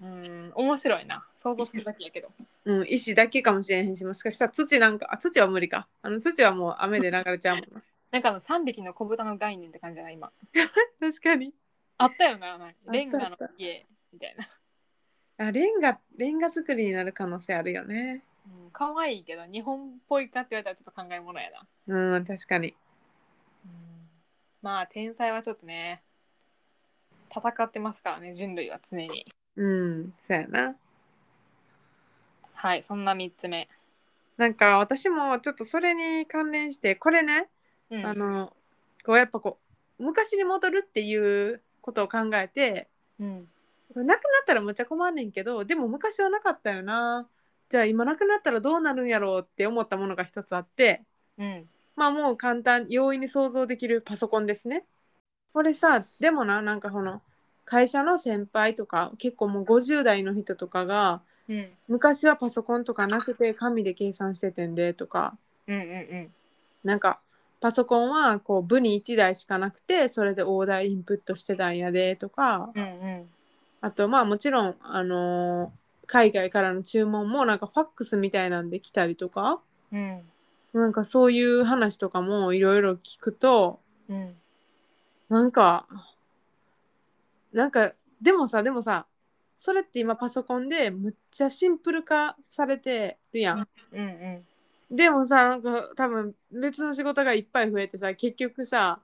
S2: う
S1: ーん面白いな想像するだけやけど
S2: う、うん、石だけかもしれへんしもしかしたら土なんかあ土は無理かあの土はもう雨で流れちゃうもんな
S1: なんかあの3匹の小豚の概念って感じだな今
S2: 確かに
S1: あったよななんか
S2: た
S1: レンガの家みたいな
S2: あレンガレンガ作りになる可能性あるよね
S1: うん可愛、いいけど日本っぽいかって言われたらちょっと考えものやな
S2: うん確かに
S1: うんまあ天才はちょっとね戦ってますからね人類は常に
S2: うんそうやな
S1: はいそんな3つ目、
S2: なんか私もちょっとそれに関連してこれね、
S1: うん、
S2: あのこうやっぱこう昔に戻るっていうことを考えて
S1: うん
S2: なくなったらむっちゃ困んねんけどでも昔はなかったよなじゃあ今なくなったらどうなるんやろうって思ったものが一つあって
S1: うん
S2: まあもう簡単容易に想像できるパソコンですね。これさでもななんかこの会社の先輩とか結構もう50代の人とかが
S1: うん
S2: 昔はパソコンとかなくて紙で計算しててんでとか
S1: うんうん
S2: なんかパソコンはこう部に1台しかなくてそれでオーダーインプットしてたんやでとか
S1: うんうんうん
S2: あとまあもちろん、あのー海外からの注文もなんかファックスみたいなんで来たりとか
S1: うん
S2: なんかそういう話とかもいろいろ聞くと
S1: うん
S2: なんかなんかでもさでもさそれって今パソコンでむっちゃシンプル化されてるやん。
S1: うんうん
S2: でもさなんか多分別の仕事がいっぱい増えてさ結局さ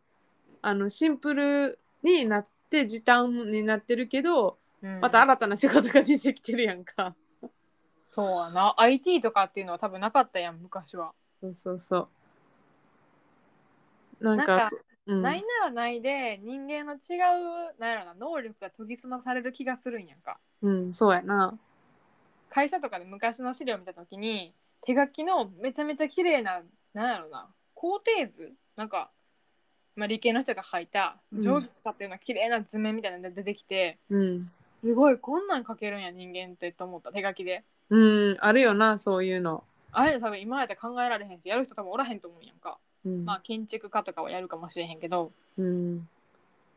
S2: あのシンプルになって時短になってるけど
S1: うん
S2: また新たな仕事が出てきてるやんか、
S1: そうはな IT とかっていうのは多分なかったやん昔は、
S2: そうそうそうなんか
S1: なんか
S2: うん、
S1: ないならないで人間の違うなんやろな能力が研ぎ澄まされる気がするんやんか
S2: うん、そうやな
S1: 会社とかで昔の資料見た時に手書きのめちゃめちゃ綺麗ななんやろな工程図なんか、まあ、理系の人が書いた定規使っていうの綺麗な図面みたいなのが出てきて、
S2: うん、
S1: すごいこんなん書けるんや人間ってと思った手書きで
S2: うん、あるよなそういうの、
S1: あれ多分今やったら考えられへんしやる人多分おらへんと思うんやんか、
S2: うん
S1: まあ建築家とかはやるかもしれへんけど
S2: うん、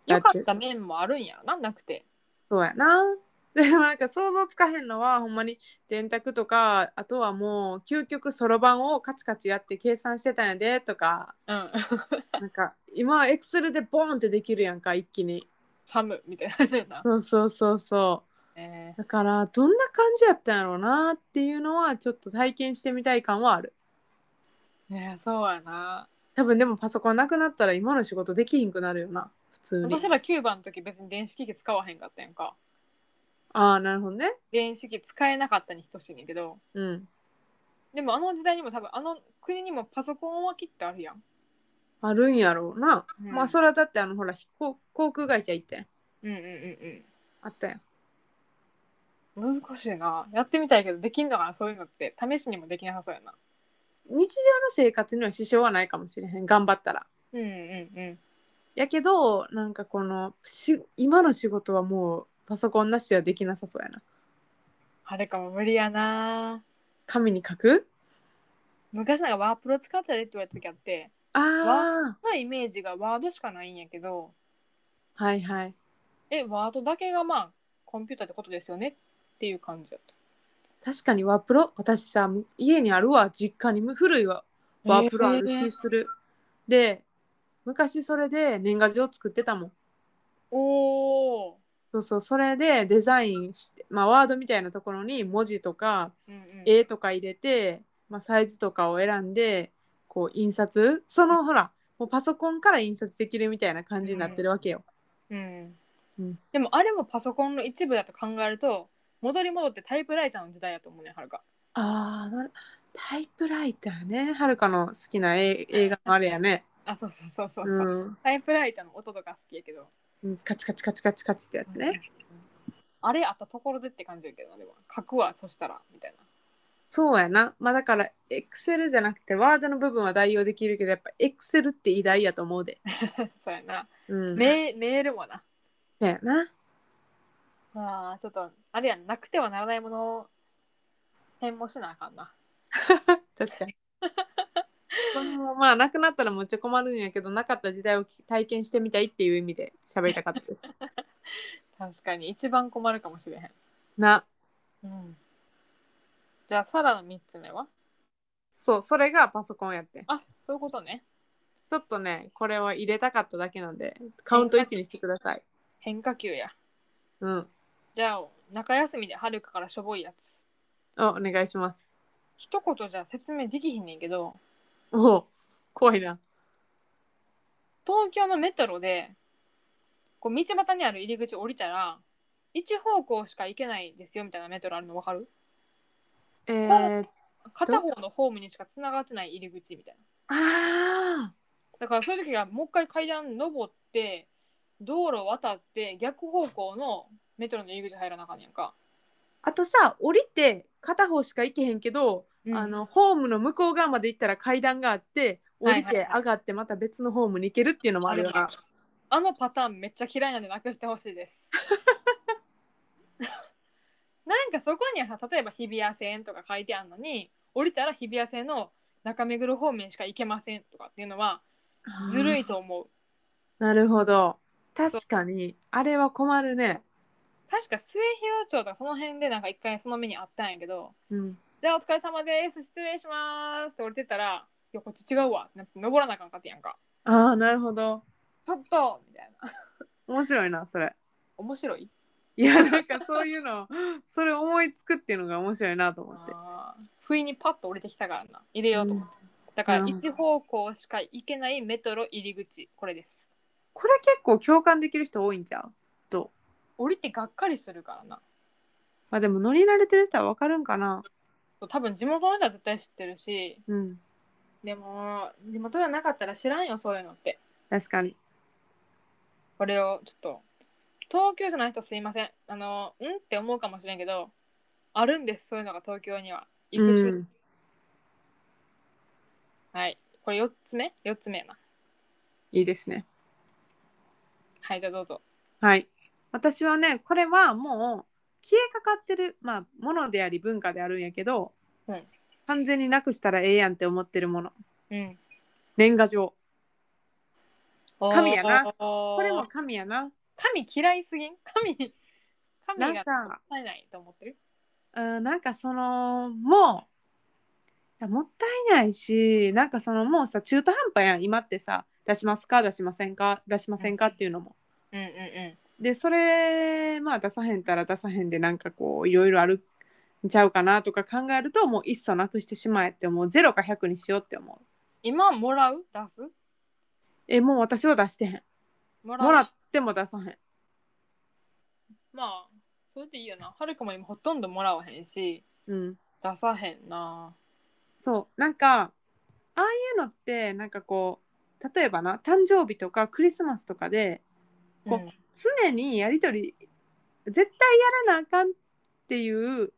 S2: だ
S1: 良
S2: っ
S1: か
S2: て
S1: った面もあるんやろなんなくて
S2: そうやな。 でもなんか想像つかへんのはほんまに電卓とかあとはもう究極そろばんをカチカチやって計算してたんやでとか
S1: うん
S2: なんか今はエクセルでボーンってできるやんか一気に
S1: 寒みたいな感じやな、
S2: そうそうそうそう
S1: えー
S2: だからどんな感じやったんやろうなっていうのはちょっと体験してみたい感はある
S1: ねえそうやな
S2: 多分でもパソコンなくなったら今の仕事できひんくなるよな普通に
S1: 私らキューバの時別に電子機器使わへんかったやんか
S2: ああなるほどね
S1: 電子機使えなかったに等しいねんけど
S2: うん
S1: でもあの時代にも多分あの国にもパソコンはきっとあるやん、
S2: あるんやろうな、
S1: うん
S2: まあそれはだってあのほら飛行航空会社行ったやん
S1: うんうんうん
S2: あったやん
S1: うん難しいなやってみたいけどできんのかなそういうのって試しにもできなさそうやな
S2: 日常の生活には支障はないかもしれへん頑張ったら。
S1: うんうんうん
S2: やけどなんかこのし今の仕事はもうパソコンなしではできなさそうやな。
S1: あれかも無理やな
S2: 紙に書く
S1: 昔なんかワープロ使ってたでって言われた時あって
S2: あ
S1: そのイメージがワードしかないんやけど
S2: あはいはい
S1: えワードだけがまあコンピューターってことですよねっていう感じだった
S2: 確かにワープロ私さ家にあるわ実家に古いわワープロある
S1: え
S2: 気
S1: ー
S2: する、で昔それで年賀状作ってたもん
S1: おお、
S2: そうそうそれでデザインして、まあ、ワードみたいなところに文字とか
S1: うんうん、
S2: 絵とか入れて、まあ、サイズとかを選んでこう印刷そのほらもうパソコンから印刷できるみたいな感じになってるわけよ。
S1: うん
S2: うん
S1: でもあれもパソコンの一部だと考えると戻り戻ってタイプライターの時代やと思うねはるか
S2: あーなるタイプライターねはるかの好きな映映画のあれやね、
S1: あそうそうそうそうそうう、
S2: ん
S1: タイプライターの音とか好きやけど
S2: うん、カチカチカチカチカチってやつね、
S1: あれあったところでって感じやけどなでも書くわそしたらみたいな
S2: そうやなまあだからエクセルじゃなくてワードの部分は代用できるけどやっぱエクセルって偉大やと思うで、
S1: そうやな、
S2: うん、
S1: メメールもな
S2: そうやな
S1: あーちょっとあれやんなくてはならないものを変もしなあかんな
S2: 確 かにそれもまあなくなったらめっちゃ困るんやけどなかった時代をき体験してみたいっていう意味で喋りたかったです
S1: 確かに一番困るかもしれへ、
S2: なん
S1: うん、じゃあサラの3つ目は
S2: そうそれがパソコンやってん
S1: あそういうことね
S2: ちょっとねこれは入れたかっただけなんでカウント1にしてください
S1: 変化球や
S2: うん
S1: じゃあ中休みではるかからしょぼいやつ
S2: おお願いします
S1: 一言じゃ説明できひんねんけど
S2: おう怖いな
S1: 東京のメトロでこう道端にある入り口降りたら一方向しか行けないですよみたいなメトロあるの分かる
S2: えー、
S1: 片方のホームにしかつながってない入り口みたいな
S2: あ
S1: だからそういう時はもう一回階段登って道路渡って逆方向のメトロの入り口入らなあかんねやんか、
S2: あとさ降りて片方しか行けへんけど、あのホームの向こう側まで行ったら階段があって降り
S1: はいは
S2: て
S1: いはい
S2: 上がってまた別のホームに行けるっていうのもあ
S1: あ
S2: る
S1: れ
S2: よな、
S1: あのパターンめっちゃ嫌いなんでなくしてほしい です。なんかそこにはさ例えば日比谷線とか書いてあるのに降りたら日比谷線の中目黒方面しか行けませんとかっていうのはずるいと思う。
S2: なるほど確かにあれは困るね、
S1: 確か末広町とかその辺でなんか一回その目にあったんやけど
S2: うん、
S1: 「じゃあお疲れ様です失礼します」って降りてたら「いやこっち違うわ」ってなって登らなあかんかってやんか。
S2: ああなるほど
S1: ちょっとみたいな。
S2: 面白いなそれ
S1: 面白い
S2: いやなんかそういうの それ思いつくっていうのが面白いなと思って
S1: あー不意にパッと降りてきたからな入れようと思って、だか
S2: う
S1: ら
S2: ん
S1: 一方向しか行けないメトロ入り口これです
S2: これ結構共感できる人多いんちゃうと
S1: 降りてがっかりするからな
S2: まあでも乗り慣れてる人はわかるんかな
S1: そう多分地元の人は絶対知ってるし
S2: うん
S1: でも地元じゃなかったら知らんよそういうのって
S2: 確かに
S1: これをちょっと東京じゃない人すいませんあのうんって思うかもしれんけどあるんですそういうのが東京にはいうくつ、
S2: ん
S1: はいこれ4つ目4つ目やない
S2: いですね
S1: はいじゃあどうぞ
S2: はい。私はね、これはもう消えかかってる、まあ、ものであり文化であるんやけど、
S1: うん
S2: 完全になくしたらええやんって思ってるもの。
S1: うん
S2: 年賀状。 神やな
S1: こ
S2: これも神やな。
S1: 神嫌いすぎん神神
S2: なん
S1: が
S2: か、
S1: 足りないと思ってる
S2: うん、なんかその、もう、いやもったいないし、なんかそのもうさ、中途半端やん、今ってさ、出しますか、出しませんか、出しませんかっていうのも。
S1: うんうんうん
S2: でそれまあ出さへんたら出さへんでなんかこういろいろあるんちゃうかなとか考えるともういっそなくしてしまえってもう0か100にしようって思う
S1: 今もらう出す
S2: えもう私は出してへん
S1: もらう
S2: もらっても出さへん
S1: まあそれでいいよなはるかも今ほとんどもらわへんし
S2: うん
S1: 出さへんな
S2: そうなんかああいうのってなんかこう例えばな誕生日とかクリスマスとかでこ
S1: うん
S2: 常にやり取り絶対やらなあかんっていう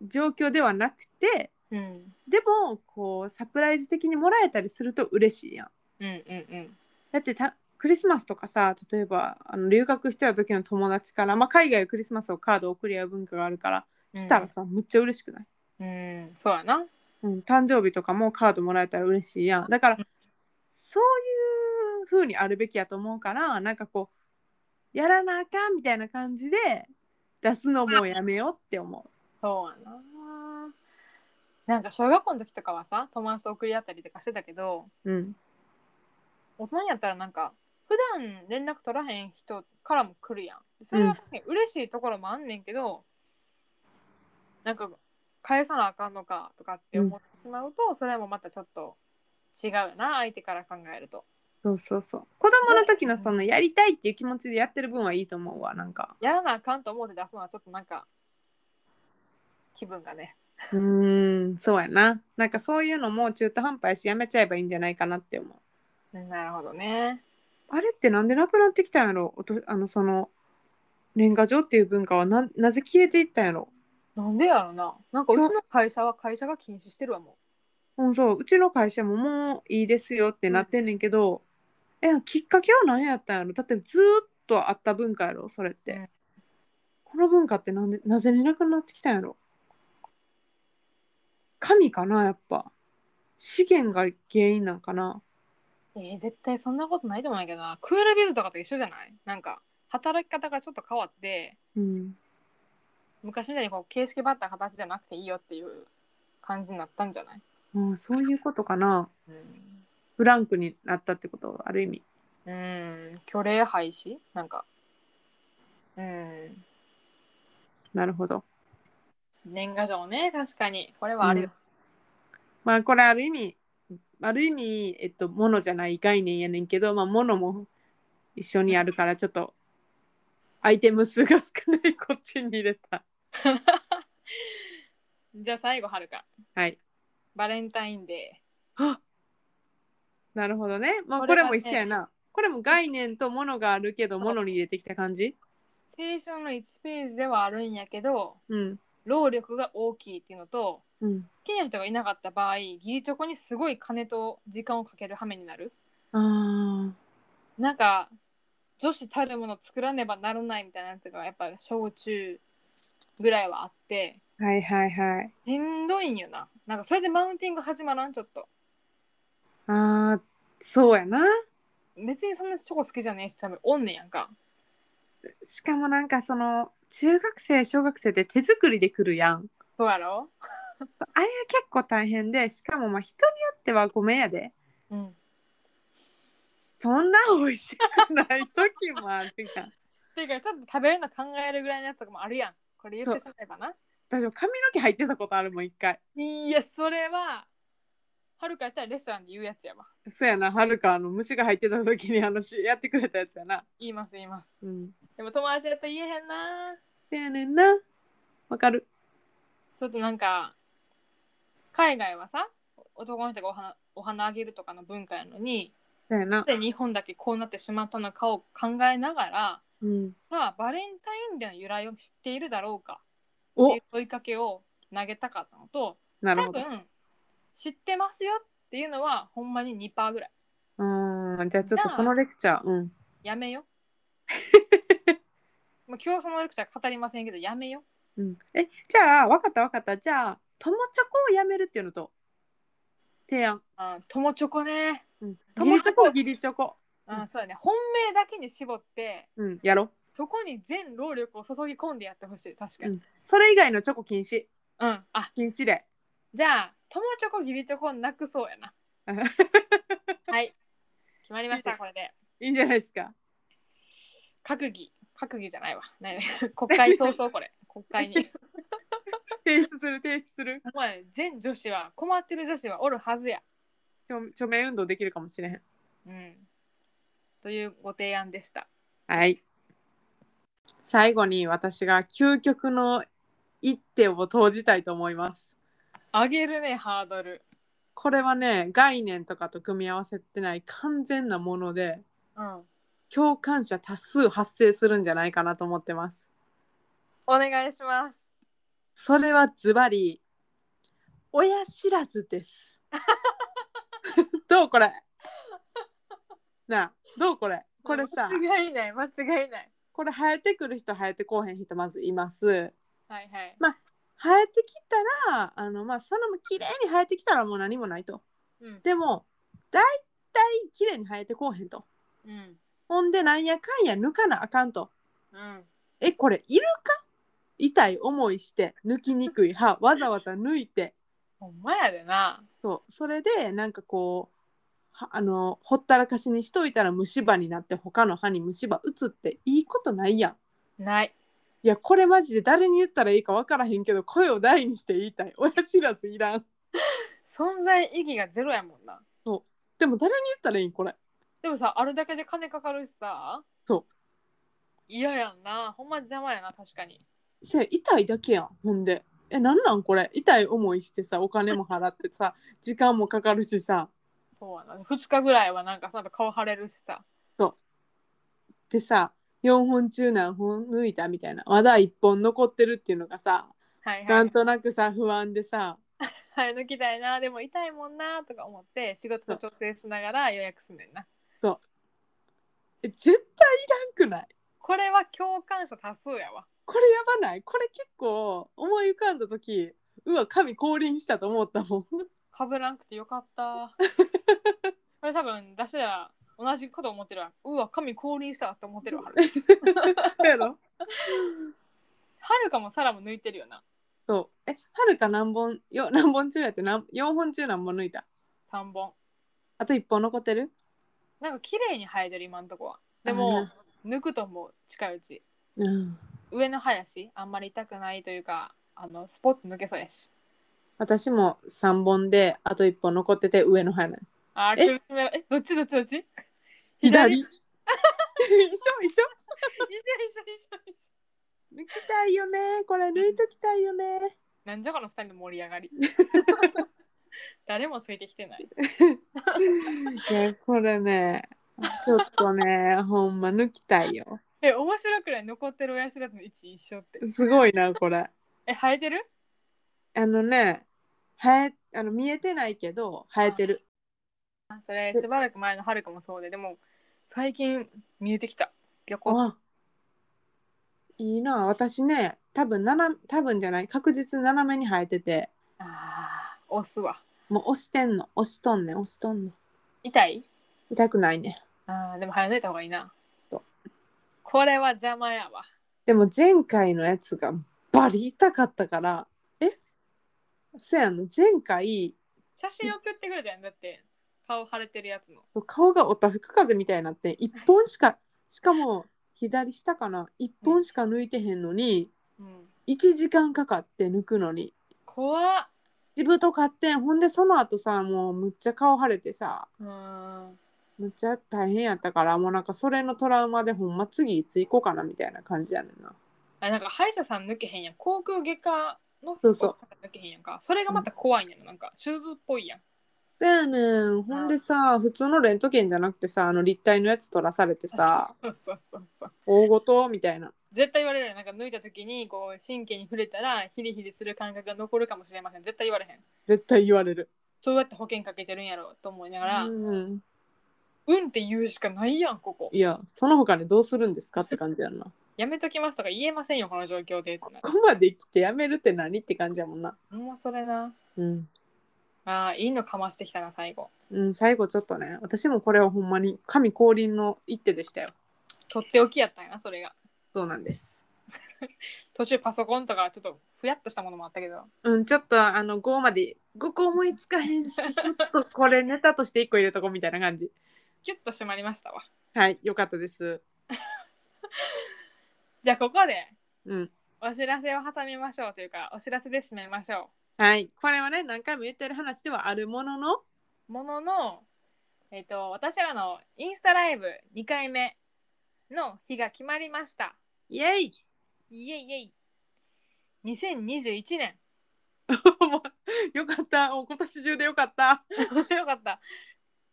S2: 状況ではなくて
S1: うん
S2: でもこうサプライズ的にもらえたりすると嬉しいやん。
S1: うんうん
S2: だってたクリスマスとかさ例えばあの留学してた時の友達から、まあ、海外はクリスマスをカードを送り合う文化があるから
S1: うん
S2: したらさ、むっちゃ嬉しくない
S1: うんそうやな
S2: うん、誕生日とかもカードもらえたら嬉しいやんだから
S1: うん
S2: そういう風にあるべきやと思うからなんかこうやらなあかんみたいな感じで出すのもうやめようって思
S1: そうやななんか小学校の時とかはさ友達と送り合ったりとかしてたけど
S2: う、うん、
S1: 大人になったらなんか普段連絡取らへん人からも来るやんそれは、ね嬉しいところもあんねんけどなんか返さなあかんのかとかって思ってしまうと、それもまたちょっと違うな相手から考えると
S2: そうそうそう子供の時のそのやりたいっていう気持ちでやってる分はいいと思うわなんか
S1: やらなあかんと思って出すのはちょっとなんか気分がね
S2: うーんそうやななんかそういうのも中途半端やしやめちゃえばいいんじゃないかなって思う
S1: なるほどね
S2: あれってなんでなくなってきたんやろおとあのその年賀状っていう文化はななぜ消えていったんやろ
S1: なんでやろななんかうちの会社は会社が禁止してるわも
S2: うん、そううちの会社ももういいですよってなってんねんけど、えきっかけは何やったんやろだってずーっとあった文化やろそれって、
S1: うん
S2: この文化ってなんでなぜになくなってきたんやろ神かなやっぱ資源が原因なんかな
S1: うえー絶対そんなことないと思うんやけどなクールビズとかと一緒じゃないなんか働き方がちょっと変わって
S2: うん
S1: 昔みたいにこう形式ばった形じゃなくていいよっていう感じになったんじゃない、
S2: ああそういうことかな
S1: うん、
S2: フランクになったってことある意味
S1: うん虚礼廃止なんかうん
S2: なるほど
S1: 年賀状ね確かにこれはあるよ、
S2: まあこれある意味ある意味えっとものじゃない概念やねんけどまあものも一緒にあるからちょっとアイテム数が少ないこっちに入れた
S1: じゃあ最後はるか
S2: はい
S1: バレンタインデ
S2: なるほどねまあ
S1: こ
S2: こ
S1: れ
S2: れ
S1: がね
S2: も一緒やなこれも概念とものがあるけどものに入れてきた感じ
S1: ー青春の1ページではあるんやけど
S2: うん
S1: 労力が大きいっていうのと
S2: うん
S1: 好きな人がいなかった場合義理チョコにすごい金と時間をかける羽目になる
S2: あ
S1: なんか女子たるもの作らねばならないみたいなやつがやっぱ小中ぐらいはあって
S2: ーはいはいはい
S1: しんどいんよななんかそれでマウンティング始まらんちょっと
S2: あーそうやな
S1: 別にそんなチョコ好きじゃねえし多分おんねやんか
S2: しかもなんかその中学生小学生って手作りで来るやん
S1: そうやろ
S2: あれは結構大変でしかもまあ人によってはごめんやで
S1: うん
S2: そんな美味しくない時もあるやん。
S1: ていうかちょっと食べるの考えるぐらいのやつとかもあるやんこれ言ってしまえばな
S2: 私も髪の毛入ってたことあるもん一回。
S1: いやそれははるかやったらレストランで言うやつやわ
S2: そうやな、はるかあの虫が入ってた時にあのしやってくれたやつやな。
S1: 言います言います
S2: うん。
S1: でも友達やっぱ言えへんな
S2: せやねんな。わかる。
S1: ちょっとなんか海外はさ男の人がお花お花あげるとかの文化やのに
S2: そうやな。
S1: で日本だけこうなってしまったのかを考えながら
S2: うん。
S1: さあバレンタインデーの由来を知っているだろうかっ
S2: お
S1: ていう問いかけを投げたかったのと
S2: なる
S1: 多
S2: ほど。
S1: 分知ってますよっていうのはほんまに2%ぐらいう
S2: ーん。じゃあちょっとそのレクチャー。うん。
S1: やめ よもう今日そのレクチャー語りませんけどやめよ
S2: うん、え、じゃあわかったわかった。じゃあ、友チョコをやめるっていうのと。提案。
S1: あ友チョコね
S2: うん。友チョコ、義理チョコ。
S1: あ、
S2: うん
S1: そうだね本命だけに絞って
S2: うん。やろう。
S1: そこに全労力を注ぎ込んでやってほしい確かに、
S2: それ以外のチョコ禁止。
S1: うん、あ
S2: 禁止令。
S1: じゃあ友チョコ義理チョコなくそう やなはい決まりまし
S2: い
S1: た
S2: いね
S1: これで
S2: いいんじゃないですか。
S1: 閣議閣議じゃないわ何 国会闘争こ れ国会に
S2: 提出する提出する
S1: お前全女子は困ってる女子はおるはずや
S2: 著著名運動できるかもしれへん
S1: うんというご提案でした
S2: はい最後に私が究極の一手を投じたいと思います
S1: 上げるねハードル
S2: これはね概念とかと組み合わせてない完全なもので
S1: うん
S2: 共感者多数発生するんじゃないかなと思ってます
S1: お願いします
S2: それはズバリ親知らずです どうこれなあどうこれこれさ
S1: 間違いない間違いない
S2: これ生えてくる人生えてこうへん人まずいます
S1: はいはい
S2: まあ生生えてきたらあのまあその綺麗に生えてきたらもう何もないと
S1: うん
S2: でも大体綺麗に生えてこうへんと
S1: うん
S2: ほんでなんやかんや抜かなあかんと
S1: うん
S2: えこれいるか痛い思いして抜きにくい歯わざわざ抜いて
S1: ほんまやでな
S2: そうそれでなんかこうはあのほったらかしにしといたら虫歯になって他の歯に虫歯移っていいことないやん
S1: ない
S2: いやこれマジで誰に言ったらいいか分からへんけど声を大にして言いたい親知らずいらん
S1: 存在意義がゼロやもんな
S2: でも誰に言ったらいいんこれ
S1: でもさあるだけで金かかるしさ
S2: そう
S1: 嫌やんなほんま邪魔やな確かに
S2: せや痛いだけやんほんでえなんなんこれ痛い思いしてさお金も払ってさ時間もかかるしさ
S1: そうやな2日ぐらいはなんかさ顔腫れるしさ
S2: でさ4本中何本抜いたみたいなまだ1本残ってるっていうのがさ
S1: はいは
S2: ないんとなくさ不安でさ
S1: はい抜きたいなでも痛いもんなとか思って仕事と調整しながら予約すんねんな
S2: え絶対いらんくない
S1: これは共感者多数やわ
S2: これやばないこれ結構思い浮かんだ時うわ神降臨したと思ったもん
S1: かぶらんくてよかったこれ多分出したら同じこと思ってるわうわ神降臨したって思ってる わはる
S2: そうやろ
S1: はるかもさらも抜いてるよな
S2: そうえはるか何本よ何本中やって何4本中何本抜いた
S1: 3本
S2: あと1本残ってる
S1: なんか綺麗に生えてる今んとこはでも抜くと思う近いうち
S2: うん
S1: 上の林あんまり痛くないというかあのスポッと抜けそうやし
S2: 私も3本であと1本残ってて上の歯やない
S1: あー
S2: え
S1: 苦しめらえどっちどっちどっち
S2: 左
S1: 一
S2: 一緒
S1: 緒一緒
S2: 一緒
S1: 一緒一緒
S2: 抜きたいよねこれ抜いときたいよね
S1: なんじゃこの2人の盛り上がり誰もついてきてない
S2: いやこれねちょっとねほんま抜きたいよ
S1: え面白くない残ってる親知らずの位置一緒って
S2: すごいなこれ
S1: え生えてる
S2: あのね生えあの見えてないけど生えてる
S1: あそれしばらく前のはるかもそうででも最近見えてきたぴょこっ
S2: あいいな私ね多分なな多分じゃない確実に斜めに生えてて
S1: あー押すわ
S2: もう押してんの押しとんねん押しとんねん
S1: 痛い
S2: 痛くないね
S1: あーでも早抜いた方がいいな
S2: そう
S1: これは邪魔やわ
S2: でも前回のやつがバリ痛かったからえせやの前回
S1: 写真送ってくれたやんだって顔腫れてるやつの
S2: 顔がおたふく風みたいになって一本しかしかも左下かな一本しか抜いてへんのに
S1: うん
S2: 1時間かかって抜くのに
S1: 怖っ
S2: しぶとかってんほんでその後さもうむっちゃ顔腫れてさ
S1: うーん
S2: むっちゃ大変やったからもうなんかそれのトラウマでほんま次いつ行こうかなみたいな感じやねんな
S1: あなんか歯医者さん抜けへんやん航空外科の
S2: そうそう
S1: 抜けへんやんかそれがまた怖いねんななんか手術っぽいやん
S2: だよねんほんでさ普通のレントゲンじゃなくてさあの立体のやつ取らされてさ
S1: そうそうそうそう
S2: 大ごとみたいな
S1: 絶対言われるよなんか抜いた時にこう神経に触れたらヒリヒリする感覚が残るかもしれません絶対言われへん
S2: 絶対言われる
S1: そうやって保険かけてるんやろうと思いながら、うん、
S2: うん
S1: って言うしかないやんここ
S2: いやその他にどうするんですかって感じやんな
S1: やめときますとか言えませんよこの状況でって
S2: こ
S1: な
S2: こまで来てやめるって何って感じやもんな
S1: ほんまそれな
S2: うん、
S1: あーいいのかましてきたな最後
S2: うん、最後ちょっとね私もこれはほんまに神降臨の一手でしたよ
S1: とっておきやったんやなそれが
S2: そうなんです
S1: 途中パソコンとかちょっとふやっとしたものもあったけど
S2: うん、ちょっとあの5まで5個思いつかへんし、ちょっとこれネタとして1個入れとこうみたいな感じ。
S1: キュッと締まりましたわ
S2: はい、よかったです。
S1: じゃあここで
S2: うん。
S1: お知らせを挟みましょうというかお知らせで締めましょ
S2: はい、これはね、何回も言ってる話ではあるものの、
S1: うもののえっ、と私らのインスタライブ2回目の日が決まりました
S2: イエイ
S1: イエイイエイ2021年
S2: もうよかった、もう今年中でよかった。
S1: よかった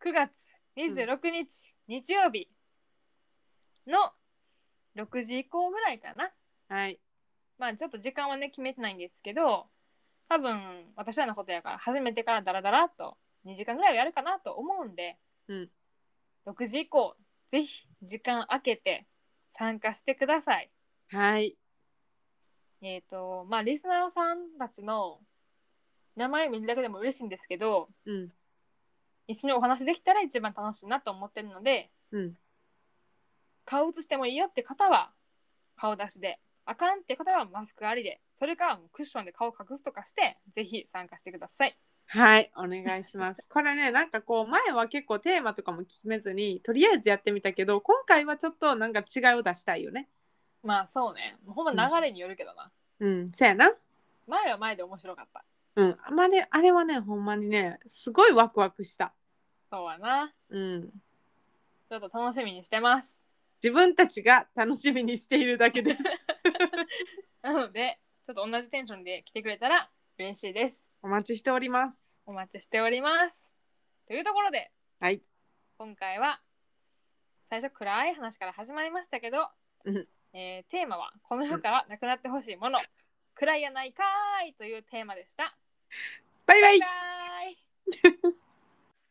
S1: 9月26日、日曜日の6時以降ぐらいかな
S2: はい、
S1: まあちょっと時間はね決めてないんですけど多分私らのことやから始めてからダラダラっと2時間ぐらいはやるかなと思うんで、
S2: うん
S1: 6時以降ぜひ時間空けて参加してください
S2: はい、
S1: えっ、とまあリスナーさんたちの名前見るだけでも嬉しいんですけど
S2: うん
S1: 一緒にお話できたら一番楽しいなと思ってるので
S2: うん
S1: 顔写してもいいよって方は顔出しであかんって方はマスクありでそれかクッションで顔隠すとかしてぜひ参加してください
S2: はいお願いします これねなんかこう前は結構テーマとかも決めずにとりあえずやってみたけど今回はちょっとなんか違いを出したいよね
S1: まあそうねもうほんま流れによるけどな、
S2: うんせやな
S1: 前は前で面白かった
S2: うんあまりあれはねほんまにねすごいワクワクした
S1: そうはな
S2: うん
S1: ちょっと楽しみにしてます
S2: 自分たちが楽しみにしているだけです
S1: なのでちょっと同じテンションで来てくれたら嬉しいです
S2: お待ちしております
S1: お待ちしておりますというところで
S2: はい
S1: 今回は最初暗い話から始まりましたけど、
S2: うん
S1: えーテーマは「この世からなくなってほしいもの、暗いやないかーい」というテーマでした。
S2: バイバ
S1: バ
S2: イ
S1: イバイ